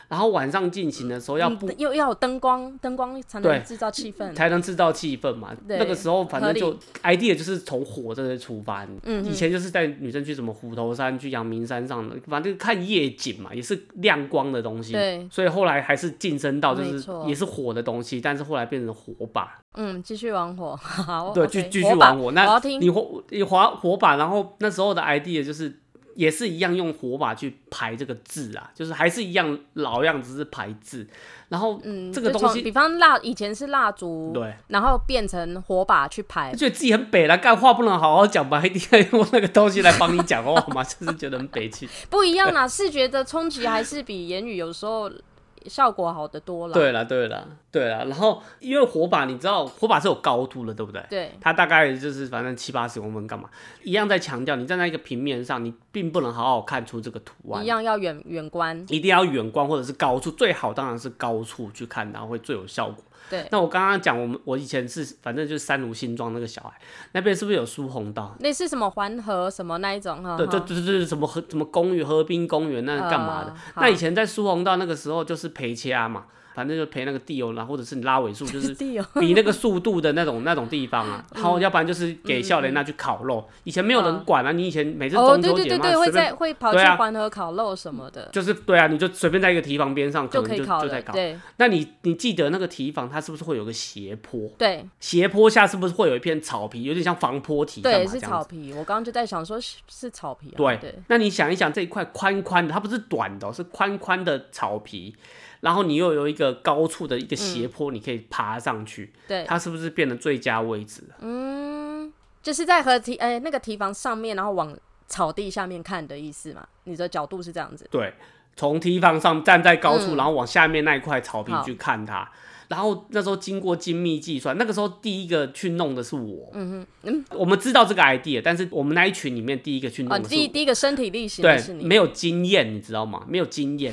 S2: 然后晚上进行的时候要
S3: 嗯
S2: 不
S3: 又要有灯光，灯光才
S2: 对
S3: 能制造气氛。
S2: 才能制造气氛嘛。
S3: 嗯对
S2: 那个时候反正
S3: 合
S2: 就 idea 就是从火这里出发。嗯，以前就是带女生去什么虎头山、去阳明山上的，反正看夜景嘛，也是亮光的东西。
S3: 对
S2: 所以后来还是晋升到就
S3: 没
S2: 是
S3: 错
S2: 也是火的东西，但是后来变成火把。
S3: 嗯，继续玩火，好，
S2: 对，
S3: 哦 OK，
S2: 继继
S3: 火
S2: 续
S3: 把
S2: 玩火。
S3: 我
S2: 那
S3: 要听
S2: 你火你滑火把，然后那时候的 idea 就是也是一样用火把去排这个字啊，就是还是一样老样子是排字，然后
S3: 嗯，
S2: 这个
S3: 就
S2: 东
S3: 从比
S2: 西、
S3: 方蜡以前是蜡烛，
S2: 对，
S3: 然后变成火把去排
S2: 就，觉得哎自己很北了，干话不能好好讲吧，一定要用那个东西来帮你讲话嘛，就是觉得很北 气。
S3: 不一样啦，啊视觉的冲击还是比言语有时候效果好得多了。
S2: 对了，对了，对了，然后因为火把，你知道火把是有高度的，对不对？
S3: 对
S2: 它大概就是反正七八十公分，干嘛？一样在强调，你站在一个平面上，你并不能好好看出这个图案
S3: 一，样要远远观，
S2: 一定要远观或者是高处，最好当然是高处去看，然后会最有效果。
S3: 对，
S2: 那我刚刚讲，我们我以前是反正就是三卢新庄那个小孩那边是不是有疏洪道？
S3: 类似什么环河什么那一种哈，
S2: 对，对
S3: 哈
S2: 对对，就是什么河什么公园、河滨公园那是干嘛的？
S3: 呃好
S2: 那以前在苏洪道那个时候就是陪掐嘛，反正就陪那个地友啦，或者是你拉尾数，就是
S3: 地友哦嗯
S2: 比那个速度的那种那种地方啊。然后要不然就是给笑莲娜去烤肉，以前没有人管啊，你以前每次
S3: 哦，
S2: 中
S3: 对
S2: 秋
S3: 对
S2: 节
S3: 对
S2: 嘛，
S3: 对，会
S2: 随
S3: 在
S2: 便
S3: 会跑去
S2: 对啊
S3: 环河烤肉什么的，
S2: 就是对啊，你就随便在一个堤防边上， 可
S3: 可
S2: 能
S3: 以
S2: 就
S3: 烤
S2: 就在
S3: 了。
S2: 搞。
S3: 对
S2: 那你你记得那个堤防它是不是会有个斜坡？
S3: 对
S2: 斜坡下是不是会有一片草皮，有点像防坡堤干嘛
S3: 对，
S2: 这
S3: 是
S2: 样子？
S3: 草皮。我刚刚就在想说是是草皮啊。
S2: 对，
S3: 对
S2: 那你想一想，这一块宽宽的，它不是短的哦、是宽宽的草皮，然后你又有一个高处的一个斜坡，你可以爬上去，
S3: 对，
S2: 它是不是变得最佳位置了？
S3: 嗯，就是在河堤哎、那个堤防上面，然后往草地下面看的意思嘛。你的角度是这样子，
S2: 对，从堤防上站在高处，然后往下面那一块草皮
S3: 好
S2: 去看它。然后那时候经过精密计算，那个时候第一个去弄的是我，嗯嗯，我们知道这个 idea，但是我们那一群里面第一个去
S3: 啊，
S2: 弄的是
S3: 第一
S2: 嗯我，
S3: 第一个身体力行的是
S2: 对，
S3: 你，
S2: 没有经验，你知道吗？没有经验，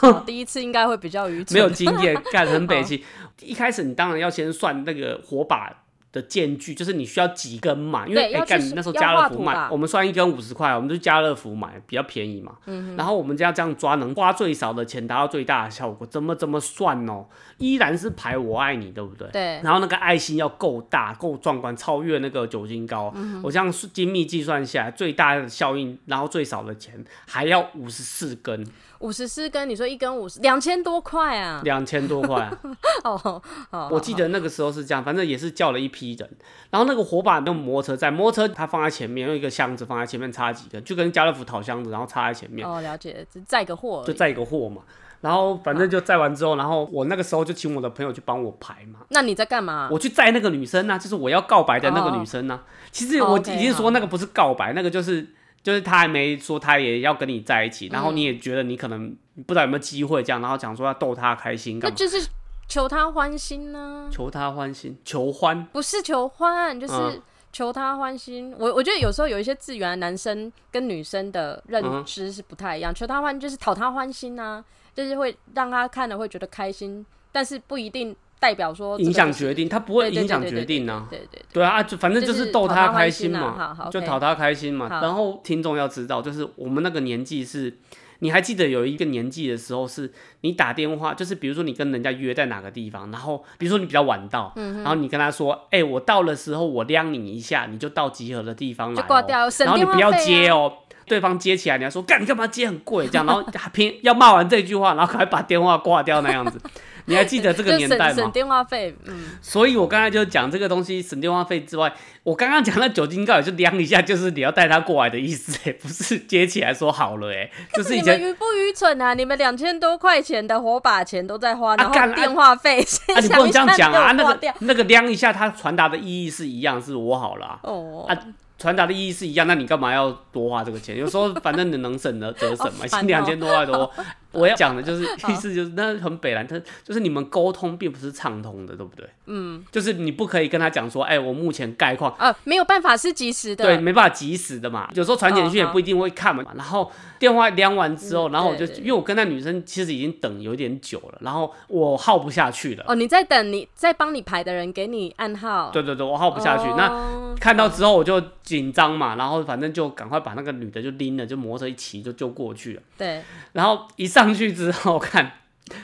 S3: 好哦第一次应该会比较愚 蠢，
S2: 没有经 验，干很
S3: 嗯
S2: 北气。一开始你当然要先算那个火把的间距，就是你需要几根嘛，因为
S3: 对
S2: 哎
S3: 要
S2: 干、
S3: 去算
S2: 那时候
S3: 要
S2: 家乐
S3: 画
S2: 福
S3: 图
S2: 买
S3: 吧，
S2: 我们算一根五十块，我们就家乐福买比较便宜嘛。
S3: 嗯
S2: 然后我们就要这样抓，能花最少的钱达到最大的效果，怎么怎么算哦？依然是排我爱你，对不对？
S3: 对
S2: 然后那个爱心要够大、够壮观，超越那个酒精膏。
S3: 嗯
S2: 我这样精密计算下来，最大的效应，然后最少的钱，还要五十四根，
S3: 五十四根，你说一根五十，两千多块啊！
S2: 两千多块啊、
S3: 哦，哦
S2: 我记得那个时候是这样，反正也是叫了一批人，然后那个火把用摩托车在摩托车它放在前面，用一个箱子放在前面插几根，就跟家乐福讨箱子，然后插在前面，
S3: 哦，了解，只载个货而已，
S2: 就载一个货嘛。然后反正就载完之后，然后我那个时候就请我的朋友去帮我排嘛，
S3: 那你在干嘛？
S2: 我去载那个女生呢、啊就是我要告白的那个女生呢、啊其实我
S3: 哦
S2: 已
S3: ，OK，
S2: 经说
S3: 好
S2: 那个不是告白，那个就是就是她还没说她也要跟你在一起，然后你
S3: 嗯
S2: 也觉得你可能不知道有没有机会这样，然后讲说要逗她开心
S3: 那
S2: 干嘛，
S3: 就是求他欢心呢、
S2: 求她欢心，求欢。
S3: 不是求欢，就是
S2: 嗯
S3: 求他欢心。我我觉得有时候有一些字源，男生跟女生的认知是不太一样。求他欢就是讨他欢心啊，就是会让他看了会觉得开心，但是不一定代表说哦这个
S2: 影响
S3: 就是
S2: 决定，他不会
S3: 对对
S2: 影响
S3: 对
S2: 决
S3: 对
S2: 定呢、
S3: 对对
S2: 对啊，啊就反正就
S3: 就是是
S2: 逗
S3: 讨
S2: 他
S3: 他
S2: 开
S3: 欢
S2: 心
S3: 心啊
S2: 嘛，
S3: 好好
S2: 就
S3: OK
S2: 讨他开心嘛。
S3: 好
S2: 然后听众要知道，就是我们那个年纪是，你还记得有一个年纪的时候，是你打电话，就是比如说你跟人家约在哪个地方，然后比如说你比较晚到，
S3: 嗯
S2: 然后你跟他说，哎、我到的时候我亮你一下，你就到集合的地方来、
S3: 就
S2: 哦，
S3: 挂掉省
S2: 然后你
S3: 电话
S2: 不要
S3: 费啊
S2: 接哦。对方接起来，你还说干你干嘛接很贵这样，然后 偏要骂完这句话，然后还把电话挂掉那样子，你还记得这个
S3: 就
S2: 年代
S3: 省
S2: 吗
S3: 省？电话费，嗯，
S2: 所以我刚才就讲这个东西，省电话费之外，我刚刚讲的酒精膏也就量一下，就是你要带他过来的意思，哎，不是接起来说好了， 哎，就是以
S3: 你们
S2: 前
S3: 愚不愚蠢啊？你们两千多块钱的火把钱都在花，然
S2: 干啊
S3: 后电话费，
S2: 啊，你不能这样讲啊，啊那
S3: 挂
S2: 个
S3: 掉
S2: 那个量一下，它传达的意义是一样，是我好了啊、
S3: 哦
S2: 啊，传达的意义是一样，那你干嘛要多花这个钱？有时候反正你能省的则省嘛，
S3: 好
S2: 一千
S3: 烦哦
S2: 两千多块多。我要讲的就是意思就是那很北兰，他就是你们沟通并不是畅通的，对不对？嗯，就是你不可以跟他讲说，哎、我目前概况，
S3: 呃，没有办法是及时的，
S2: 对，没办法及时的嘛。有时候传简讯也
S3: 哦好
S2: 不一定会看嘛。然后电话量完之后，
S3: 嗯
S2: 然后我就
S3: 对对
S2: 因为我跟那女生其实已经等有点久了，然后我耗不下去了。
S3: 哦，你在等你在帮你排的人给你暗号，
S2: 对对对，我耗不下去。那
S3: 哦
S2: 看到之后我就紧张嘛，然后反正就赶快把那个女的就拎了，就摩托车一骑就就过去了。
S3: 对，
S2: 然后一上去之后看。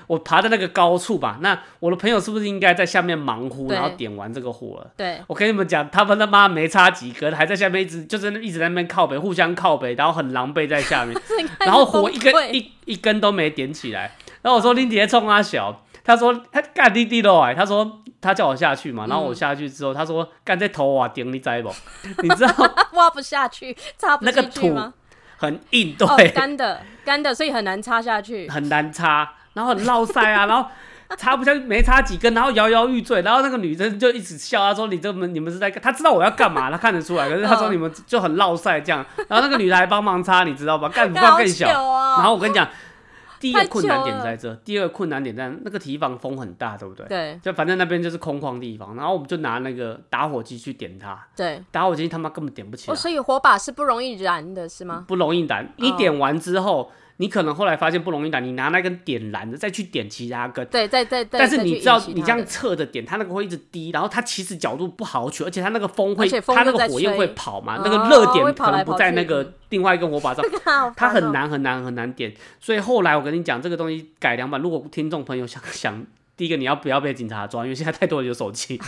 S2: 我爬在那个高处吧，那我的朋友是不是应该在下面忙乎，
S3: 对
S2: 然后点完这个火了？
S3: 对，
S2: 我跟你们讲，他们他妈没差几根，还在下面一直就是一直在那边靠北，互相靠北，然后很狼狈在下 面，
S3: 这应该是
S2: 然后火一
S3: 崩
S2: 根
S3: 溃
S2: 一一根都没点起来。然后我说林杰冲阿小，他说他干滴滴喽哎，他说他叫我下去嘛，然
S3: 嗯
S2: 后我下去之后，他啊 说干在头瓦顶，你知不？你知道
S3: 挖不下去，插不
S2: 那个
S3: 进去
S2: 土
S3: 吗？
S2: 很硬，
S3: 哦
S2: 对，，
S3: 干的干的，所以很难插下去。
S2: 很难插，然后很落塞啊， 然后插不下去，没插几根，然后摇摇欲坠，然后那个女生就一直笑，她说你这们你们是在干，她知道我要干嘛，她看得出来，可 是她说
S3: 嗯
S2: 你们就很落塞这样，然后那个女的还帮忙插，你知道吧？干不
S3: 干
S2: 到
S3: 好
S2: 更
S3: 久
S2: 小，
S3: 哦
S2: 啊然后我跟你讲，第一个
S3: 太
S2: 困难
S3: 久
S2: 点
S3: 了
S2: 在这，第二个困难点在那个提防风很大，对不对？
S3: 对
S2: 就反正那边就是空旷地方，然后我们就拿那个打火机去点它，
S3: 对，
S2: 打火机他妈根本点不起
S3: 哦，
S2: 来，
S3: 所以火把是不容易燃的，是吗？
S2: 不容易燃。你点完之后，你可能后来发现不容易燃，你拿那根点燃的再去点其他根。
S3: 对，再再再，
S2: 嗯但是
S3: 再
S2: 你
S3: 去
S2: 知道
S3: 引，起
S2: 你
S3: 它
S2: 这样
S3: 的
S2: 侧着点，它那个会一直滴，然后它其实角度不好取，而且它那个风会，
S3: 而且风
S2: 它那
S3: 又
S2: 个
S3: 在
S2: 火焰
S3: 吹
S2: 会跑嘛，
S3: 哦
S2: 那个热
S3: 会
S2: 点
S3: 跑
S2: 可
S3: 来
S2: 能不
S3: 跑
S2: 在
S3: 去
S2: 那个
S3: 嗯
S2: 另外一根火把上，
S3: 好
S2: 它
S3: 烦哦
S2: 很难很难很难点。所以后来我跟你讲，这个东西改良版，如果听众朋友想想，第一个你要不要被警察抓？因为现在太多人有手 机。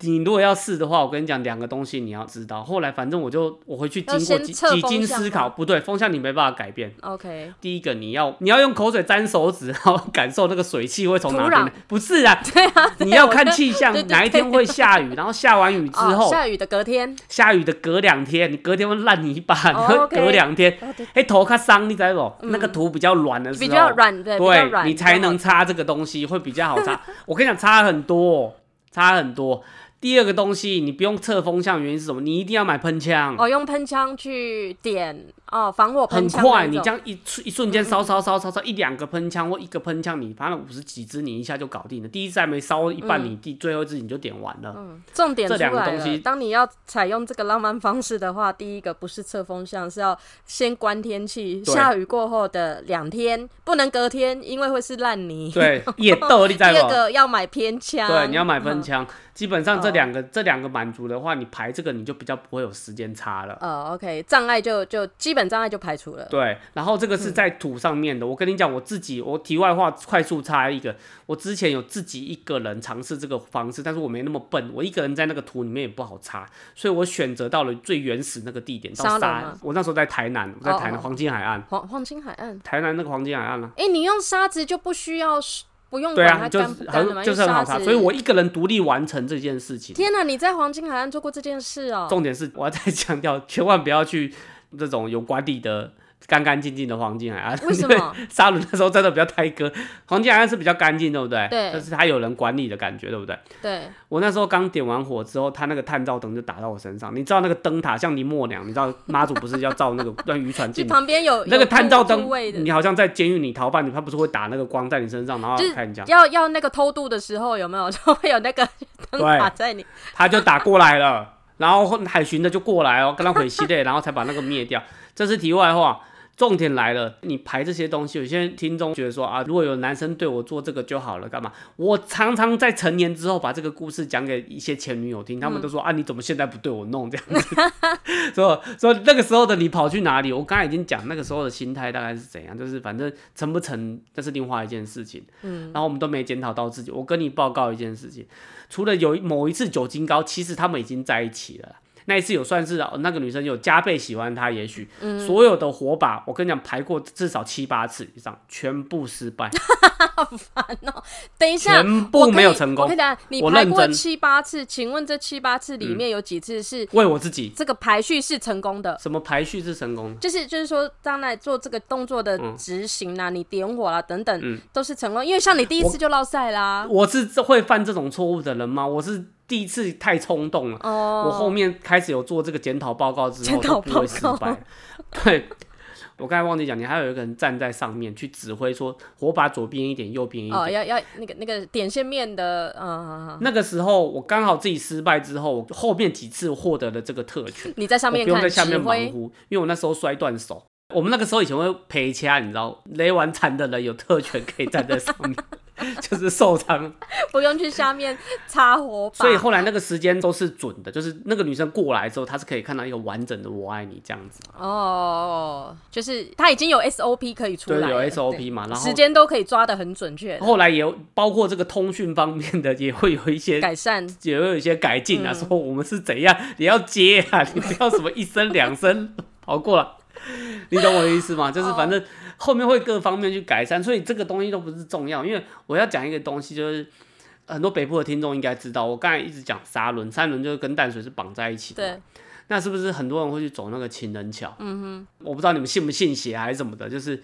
S2: 你如果要试的话，我跟你讲两个东西你要知道。后来反正我就我回去
S3: 要
S2: 经过
S3: 先
S2: 几
S3: 测
S2: 几
S3: 风
S2: 经
S3: 向
S2: 思
S3: 吗
S2: 考，不对，风向你没办法改变。
S3: OK，
S2: 第一个，你要你要用口水沾手指，然后感受那个水汽会从哪
S3: 土
S2: 边
S3: 壤
S2: 来。不是啊，
S3: 对啊，对
S2: 你要
S3: 我
S2: 看
S3: 就
S2: 气象
S3: 对，对
S2: 哪一天会下雨，然后下完雨之
S3: 哦
S2: 后，
S3: 下雨的隔天，
S2: 下雨的隔两天，你隔天会烂泥巴，你
S3: 哦
S2: 会
S3: ，OK
S2: 隔两天
S3: 哦对，嗯
S2: 哎，头较伤，你知道不？那个土比较软的时候，
S3: 比较软对比较
S2: 对
S3: 软
S2: 你
S3: 比较
S2: 才
S3: 好
S2: 能擦这个东西会比较好擦。我跟你讲，差很多哦，差很多。第二个东西，你不用测风向，原因是什么？你一定要买喷枪。
S3: 哦，用喷枪去点哦，防火
S2: 很
S3: 喷枪那
S2: 快，你
S3: 种
S2: 这样一瞬一瞬间烧烧烧烧烧一两个喷枪或一个喷枪，你发了五十几支，你一下就搞定了。第一支还没烧到一半，你第最后一支你就点完了。
S3: 嗯重点
S2: 这
S3: 出
S2: 两个
S3: 来
S2: 东西
S3: 了。当你要采用这个浪漫方式的话，第一个不是测风向，是要先观天气。
S2: 对
S3: 下雨过后的两天，不能隔天，因为会是烂泥。
S2: 对，也逗，你
S3: 第
S2: 在
S3: 二
S2: 不？
S3: 个要买偏枪，
S2: 对，你要买
S3: 嗯
S2: 喷枪。基本上这
S3: 哦
S2: 两个这两个满足的话，你排这个你就比较不会有时间差了。
S3: 呃，OK，障碍就就基本障碍就排除了。
S2: 对，然后这个是在土上面的。我跟你讲，我自己我题外话快速插一个，我之前有自己一个人尝试这个方式，但是我没那么笨，我一个人在那个土里面也不好插，所以我选择到了最原始那个地点，到
S3: 沙龙
S2: 沙
S3: 吗。
S2: 我那时候在台南，我在台南
S3: 哦哦
S2: 黄金海岸，
S3: 黄黄金海岸，
S2: 台南那个黄金海岸啊。
S3: 哎、你用沙子就不需要不用
S2: 对
S3: 管
S2: 啊，
S3: 它
S2: 就
S3: 干不
S2: 是
S3: 干的嘛，
S2: 很
S3: 因
S2: 就
S3: 为
S2: 是很好
S3: 沙
S2: 插，
S3: 子。
S2: 所以我一个人独立完成这件事情。
S3: 天哪、你在黄金海岸做过这件事哦、
S2: 重点是我要再强调，千万不要去这种有瓜地的干干净净的黄金海岸。
S3: 为什么？
S2: 沙伦那时候真的比较胎哥， 黄金海岸是比较干净，对不对？
S3: 对
S2: 但是它有人管理的感觉，对不 对？
S3: 对，
S2: 我那时候刚点完火之后，它那个探照灯就打到我身上。你知道那个灯塔像林默娘，你知道妈祖不是要照那个 让渔船
S3: 就
S2: 进去？
S3: 旁边有
S2: 那个
S3: 有
S2: 探照
S3: 住
S2: 灯
S3: 住位的，
S2: 你好像在监狱里逃犯，你它不是会打那个光在你身上，然后
S3: 就是
S2: 看你这样，
S3: 要要那个偷渡的时候有没有 就会有那个灯
S2: 对
S3: 打在你？
S2: 它就打过来了。然后后海巡的就过来哦，跟他回系列，然 后才把那个灭掉。这是题外话，重点来了，你排这些东西，有些听众觉得说啊，如果有男生对我做这个就好了，干嘛？我常常在成年之后把这个故事讲给一些前女友听，他们都说、啊，你怎么现在不对我弄这样子？说说那个时候的你跑去哪里？我刚才已经讲那个时候的心态大概是怎样，就是反正成不成那是另外一件事情，嗯，然后我们都没检讨到自己。我跟你报告一件事情，除了有一某一次酒精高，其实他们已经在一起了啦。那一次有算是哦那个女生有加倍喜欢他，也许、
S3: 嗯
S2: 所有的火把，我跟你讲排过至少七八次以上，全部失败，
S3: 等一下，
S2: 全
S3: 我
S2: 部
S3: 可
S2: 没有
S3: 以
S2: 成
S3: 我
S2: 功
S3: 可以。讲，你
S2: 我
S3: 排
S2: 认
S3: 过
S2: 真嗯
S3: 七八次，请问这七八次里面有几次是
S2: 为我自己，
S3: 这个排序是成功的？
S2: 什么排序是成功的？
S3: 就是就是说，当然做这个动作的
S2: 嗯
S3: 执行啊，你点火啦、等等，都是成功。因为像你第一次就落赛啦，
S2: 我是这会犯这种错误的人吗？我是第一次太冲动了。
S3: 哦，
S2: 我后面开始有做这个检讨报告之后，
S3: 检
S2: 就
S3: 讨
S2: 不会失
S3: 报告
S2: 败了。对， 我刚才忘记讲，你还有一个人站在上面去指挥说火把左边一点，右边一点。
S3: 哦要要那个那个点线面的，嗯，
S2: 那个时候我刚好自己失败之后，我后面几次获得了这个特 权，
S3: 你在上
S2: 我
S3: 面
S2: 不用在
S3: 看
S2: 下
S3: 指
S2: 面
S3: 挥
S2: 忙乎，因为我那时候摔断手。我们那个时候以前会陪掐，你知道，雷完残的人有特权可以站在上面， 就是受伤
S3: 不用去下面擦火把。
S2: 所以后来那个时间都是准的，就是那个女生过来之后，她是可以看到一个完整的“我爱你”这样子，
S3: 哦，就是他已经有 SOP 可以出
S2: 对，
S3: 来了，
S2: 有
S3: 对
S2: SOP 嘛。然后
S3: 时间都可以抓的很准确，
S2: 后来也有包括这个通讯方面的，也会有一些
S3: 改善。
S2: 也会有一些改进啊，说我们是怎样，你要接啊，你不要什么一声两声跑过来。你懂我的意思吗？就是反正后面会各方面去改善，所以这个东西都不是重要。因为我要讲一个东西，就是呃很多北部的听众应该知道，我刚才一直讲砂轮，砂轮就是跟淡水是绑在一起的嘛。
S3: 对，
S2: 那是不是很多人会去走那个情人桥？嗯哼，我不知道你们信不信邪还是怎么的，就是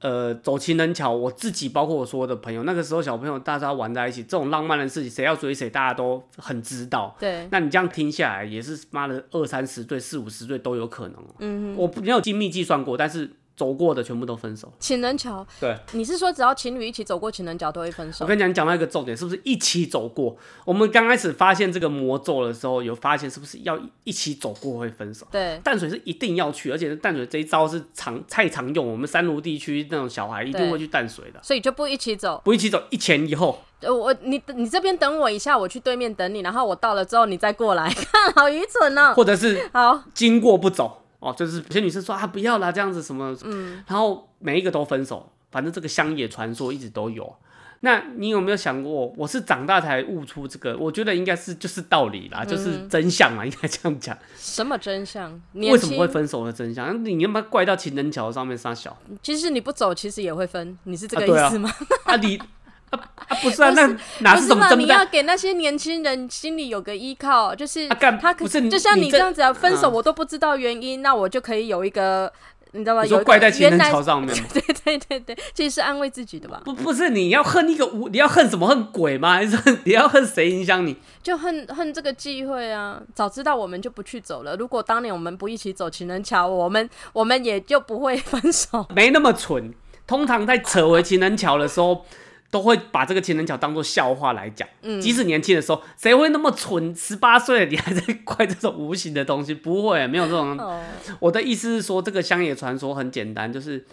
S2: 呃走情人桥，我自己包括我所有的朋友，那个时候小朋友大家玩在一起，这种浪漫的事情，谁要追谁，大家都很知道。
S3: 对，
S2: 那你这样听下来，也是妈的二三十对、四五十对都有可能哦。
S3: 嗯
S2: 我没有精密计算过，但是走过的全部都分手。
S3: 情人桥，
S2: 对，
S3: 你是说只要情侣一起走过情人桥都会分
S2: 我
S3: 手？
S2: 跟你讲，你讲到一个重点，是不是一起走过？我们刚开始发现这个魔咒的时候，有发现是不是要一起走过会分手？
S3: 对，
S2: 淡水是一定要去，而且淡水这一招是常太常用，我们三芦地区那种小孩一定
S3: 对
S2: 会去淡水的，
S3: 所以就不一起走。
S2: 不一起走，一前一后。
S3: 呃，我你你这边等我一下，我去对面等你，然后我到了之后你再过来， 看好愚蠢哦。
S2: 或者是
S3: 好，
S2: 经过不走哦，就是有些女生说啊不要啦这样子什么，嗯，然后每一个都分手，反正这个乡野传说一直都有。那你有没有想过，我是长大才悟出这个？我觉得应该是就是道理
S3: 嗯
S2: 啦，就是真相嘛，应该这样讲。
S3: 什么真相？年
S2: 为什么
S3: 轻
S2: 会分手的真相？你要不要怪到情人桥上面撒小
S3: 其实你不走，其实也会分，你是这
S2: 啊
S3: 个
S2: 对啊
S3: 意思吗？
S2: 啊你啊啊不是啊，
S3: 不
S2: 那
S3: 是
S2: 哪
S3: 不
S2: 什么
S3: 嘛？你
S2: 真
S3: 要
S2: 的？
S3: 给那些年轻人心里有个依靠，就是
S2: 啊干
S3: 他可
S2: 不是你
S3: 就像
S2: 你
S3: 你
S2: 这
S3: 这样子啊，分手
S2: 嗯
S3: 我都不知道原因，那我就可以有一个，你知道吧？
S2: 你
S3: 呃有
S2: 说
S3: 一
S2: 怪
S3: 个
S2: 在情人
S3: 原来
S2: 桥上 面吗？
S3: 对对对对，其实是安慰自己的吧？
S2: 不不是，你要恨一个无，你要恨什么？恨鬼吗？还是恨你要恨谁影响你？
S3: 就恨恨这个忌讳啊！早知道我们就不去走了。如果当年我们不一起走情人桥，我们我们也就不会分手。
S2: 没那么蠢。通常在扯回情人桥的时候，都会把这个情人桥当做笑话来讲。嗯，即使年轻的时候，谁会那么蠢？十八岁了你还在怪这种无形的东西？不会，没有这种。
S3: 哦，
S2: 我的意思是说，这个乡野传说很简单，就是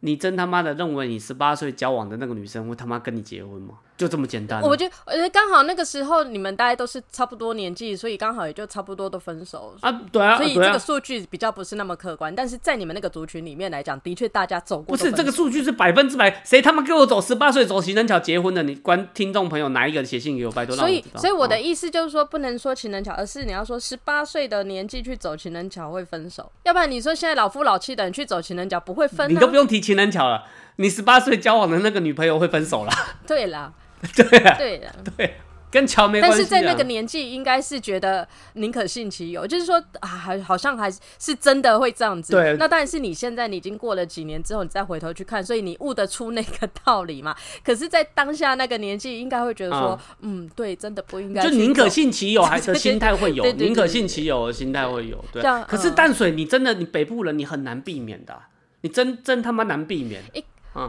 S2: 你真他妈的认为你十八岁交往的那个女生会他妈跟你结婚吗？就这么简单。啊
S3: 我觉得我觉得刚好那个时候你们大家都是差不多年纪，所以刚好也就差不多都分手。
S2: 啊，对啊，
S3: 所以
S2: 对
S3: 这
S2: 啊
S3: 个数据比较不是那么客观，但是在你们那个族群里面来讲，的确大家走过
S2: 不
S3: 都分
S2: 是
S3: 手。
S2: 这个数据是百分之百，谁他妈给我走十八岁走情人桥结婚的？你关听众朋友哪一个写信给我，拜托让
S3: 所
S2: 我
S3: 以
S2: 知，道。
S3: 所以我的
S2: 嗯
S3: 意思就是说，不能说情人桥，而是你要说十八岁的年纪去走情人桥会分手，要不然你说现在老夫老妻的人去走情人桥不会分、
S2: 哦
S3: 啊，
S2: 你都不用提情人桥了，你十八岁交往的那个女朋友会分 手啦，
S3: 对啦，
S2: 对啊，
S3: 对啦。
S2: 对，跟桥没关
S3: 但
S2: 系啊。
S3: 是在那个年纪，应该是觉得宁可信其有，就是说啊，还好像还是是真的会这样子。
S2: 对
S3: 那但是你现在你已经过了几年之后，你再回头去看，所以你悟得出那个道理嘛？可是，在当下那个年纪，应该会觉得说，嗯对，真的不应该去
S2: 啊就
S3: 做，
S2: 宁可信其有，还是
S3: 对对
S2: 心态会有
S3: 对，对对
S2: 宁可信其有的心态会有。对啊
S3: 这样，
S2: 可是
S3: 嗯
S2: 淡水你真的你北部人你很难避免的啊，你真真他妈难避免。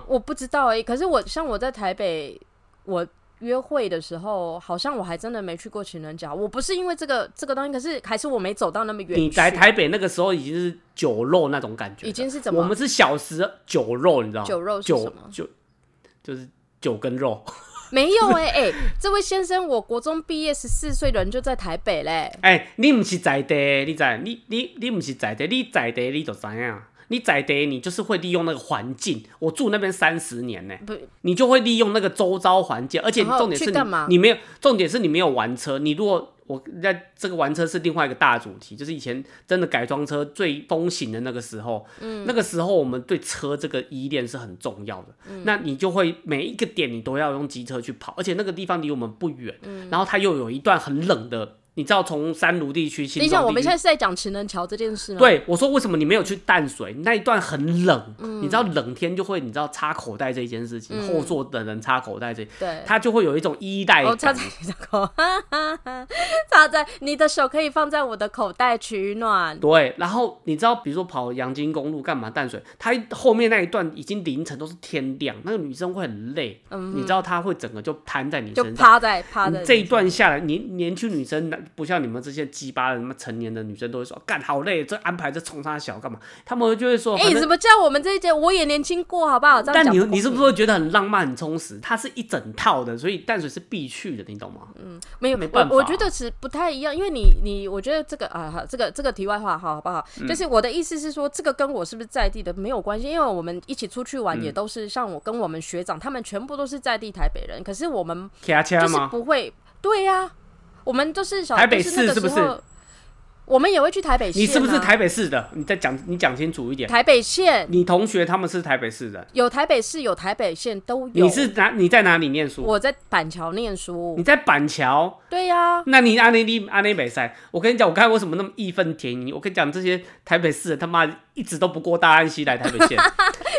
S3: 我不知道哎、可是我像我在台北，我约会的时候，好像我还真的没去过情人桥。我不是因为这个这个东西，可是还是我没走到那么远去。
S2: 你来台北那个时候已经是酒肉那种感觉了，
S3: 已经是怎么
S2: 我们是小时酒肉，你知道吗？
S3: 酒肉是
S2: 酒
S3: 什么
S2: 酒就是酒跟肉。
S3: 没有哎、哎、 这位先生，我国中毕业十四岁人就在台北嘞。
S2: 哎、你毋是在地的，你知？你你你毋是在地，你在地你就知影。啊你在地，你就是会利用那个环境。我住那边三十年呢、
S3: 不，
S2: 你就会利用那个周遭环境，而且
S3: 然后
S2: 重点
S3: 去
S2: 是你
S3: 干嘛
S2: 你没有，重点是你没有玩车。你如果我那这个玩车是另外一个大主题，就是以前真的改装车最风行的那个时候，嗯，那个时候我们对车这个依恋是很重要的。
S3: 嗯
S2: 那你就会每一个点你都要用机车去跑，而且那个地方离我们不远，
S3: 嗯
S2: 然后它又有一段很冷的，你知道从三芦地区、新
S3: 等一下，
S2: 庄
S3: 我
S2: 地
S3: 们
S2: 区
S3: 现在是在讲情人桥这件事吗？，
S2: 对，我说为什么你没有去淡水那一段很冷？
S3: 嗯
S2: 你知道冷天就会，你知道插口袋这一件事情，后座的人插口袋这，
S3: 对
S2: 他就会有一种依赖
S3: 哦，插
S2: 感
S3: 在。你的口， 哈哈哈，插在你的手可以放在我的口袋取暖。
S2: 对，然后你知道，比如说跑阳金公路干嘛淡水，他后面那一段已经凌晨都是天亮，那个女生会很累，你知道她会整个就瘫在你
S3: 嗯就
S2: 身上。
S3: 趴在趴
S2: 你
S3: 在
S2: 这一段下来，年年轻女生不像你们这些鸡巴的什么成年的女生都会说，干好累，这安排这冲她小干嘛？他们就会说，
S3: 哎、
S2: 反正
S3: 怎么叫我们这一届？我也年轻过，好不好？这样
S2: 但
S3: 讲
S2: 你
S3: 公
S2: 你是不
S3: 平
S2: 是会觉得很浪漫、很充实？它是一整套的，所以淡水是必去的，你懂吗？
S3: 没有，
S2: 没办
S3: 我我
S2: 法
S3: 觉得是不太一样，因为你你，我觉得这个啊，好这个这个题外话，好好不好？
S2: 嗯
S3: 就是我的意思是说，这个跟我是不是在地的没有关系，因为我们一起出去
S2: 嗯
S3: 玩也都是、像我跟我们学长，他们全部都是在地台北人，可是我们
S2: 开
S3: 就
S2: 车
S3: 是
S2: 吗？
S3: 不会，对呀、我们就是小
S2: 台北
S3: 就是那
S2: 市
S3: 个
S2: 是不
S3: 时候
S2: 是
S3: 我们也会去台北县、啊。
S2: 你是不是台北市的？你再讲，你讲清楚一点。
S3: 台北县？
S2: 你同学他们是台北市的，
S3: 有台北市，有台北县，都有。
S2: 你是哪？你在哪里念书？
S3: 我在板桥念书
S2: 你。在板桥？
S3: 对呀、
S2: 那你阿内利阿内北塞，我跟你讲，我刚才为什么那么义愤填膺？我跟你讲，这些台北市人他妈一直都不过大安溪来台北 县，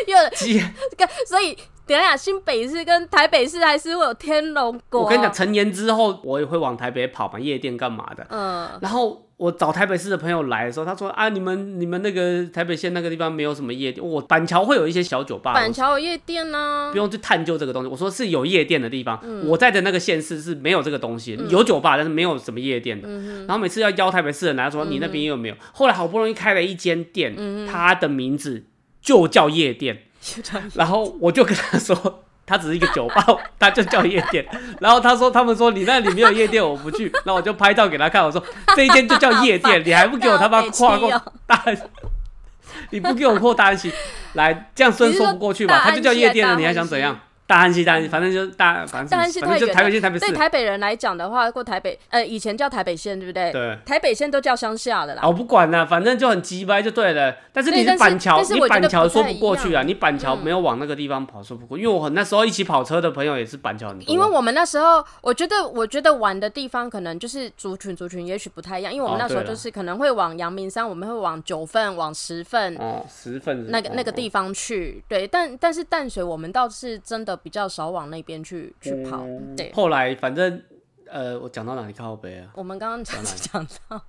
S3: 因为
S2: 鸡
S3: 跟所以等一下新北市跟台北市还是会有天龙国。
S2: 我跟你讲，，成年之后我也会往台北跑嘛，夜店干嘛的。
S3: 嗯，
S2: 然后我找台北市的朋友来的时候，他说啊，你们你们那个台北县那个地方没有什么夜店，我板桥会有一些小酒吧，
S3: 板桥有夜店啊呢、
S2: 不 用去探究这个东西。我说是有夜店的地方，
S3: 嗯
S2: 我在的那个县市是没有这个东西，有酒吧，但是没有什么夜店的。
S3: 嗯
S2: 然后每次要邀台北市人来，说你那边有没有？后来好不容易开了一间店，
S3: 嗯
S2: 它的名字就叫夜店。然后我就跟他说，他只是一个酒吧，他就叫夜店。 然后他说，他们说你那里没有夜店，我不去。 然后我就拍照给他看，我说这一间就叫夜店，你还不给我他妈跨过
S3: 好北
S2: 大 安，你不给我过大安溪，来这样真
S3: 你是
S2: 说
S3: 说
S2: 不过去
S3: 大
S2: 吧？
S3: 安
S2: 他
S3: 溪
S2: 就叫夜店了，你还想怎样？大安溪，大安溪，反正就是大，反正
S3: 大安溪
S2: 反正
S3: 太
S2: 就
S3: 远
S2: 台北县、
S3: 了，
S2: 台北市
S3: 对。台北人来讲的话，过台北，呃，以前叫台北县，对不对？
S2: 对
S3: 台北县都叫乡下的啦。
S2: 啊，我不管了，反正就很鸡掰就对了。但是你
S3: 对但是
S2: 板桥，
S3: 但是
S2: 你
S3: 我觉
S2: 板
S3: 得
S2: 桥
S3: 不
S2: 说
S3: 太
S2: 不
S3: 一
S2: 过去啊，
S3: 样嗯
S2: 你板桥没有往那个地方跑，说不过，因为我那时候一起跑车的朋友也是板桥很多，啊
S3: 因为我们那时候，我觉得，我觉得玩的地方可能就是族群族群也许不太一样，因为我们
S2: 哦
S3: 那时候
S2: 对啦
S3: 就是可能会往阳明山，我们会往九份、往十份、
S2: 哦，十份
S3: 那个那个地方去。对，但但是淡水我们倒是真的比较少往那边去去跑。对，
S2: 哦后来反正呃，我讲到哪里靠北啊？
S3: 我们刚刚讲到，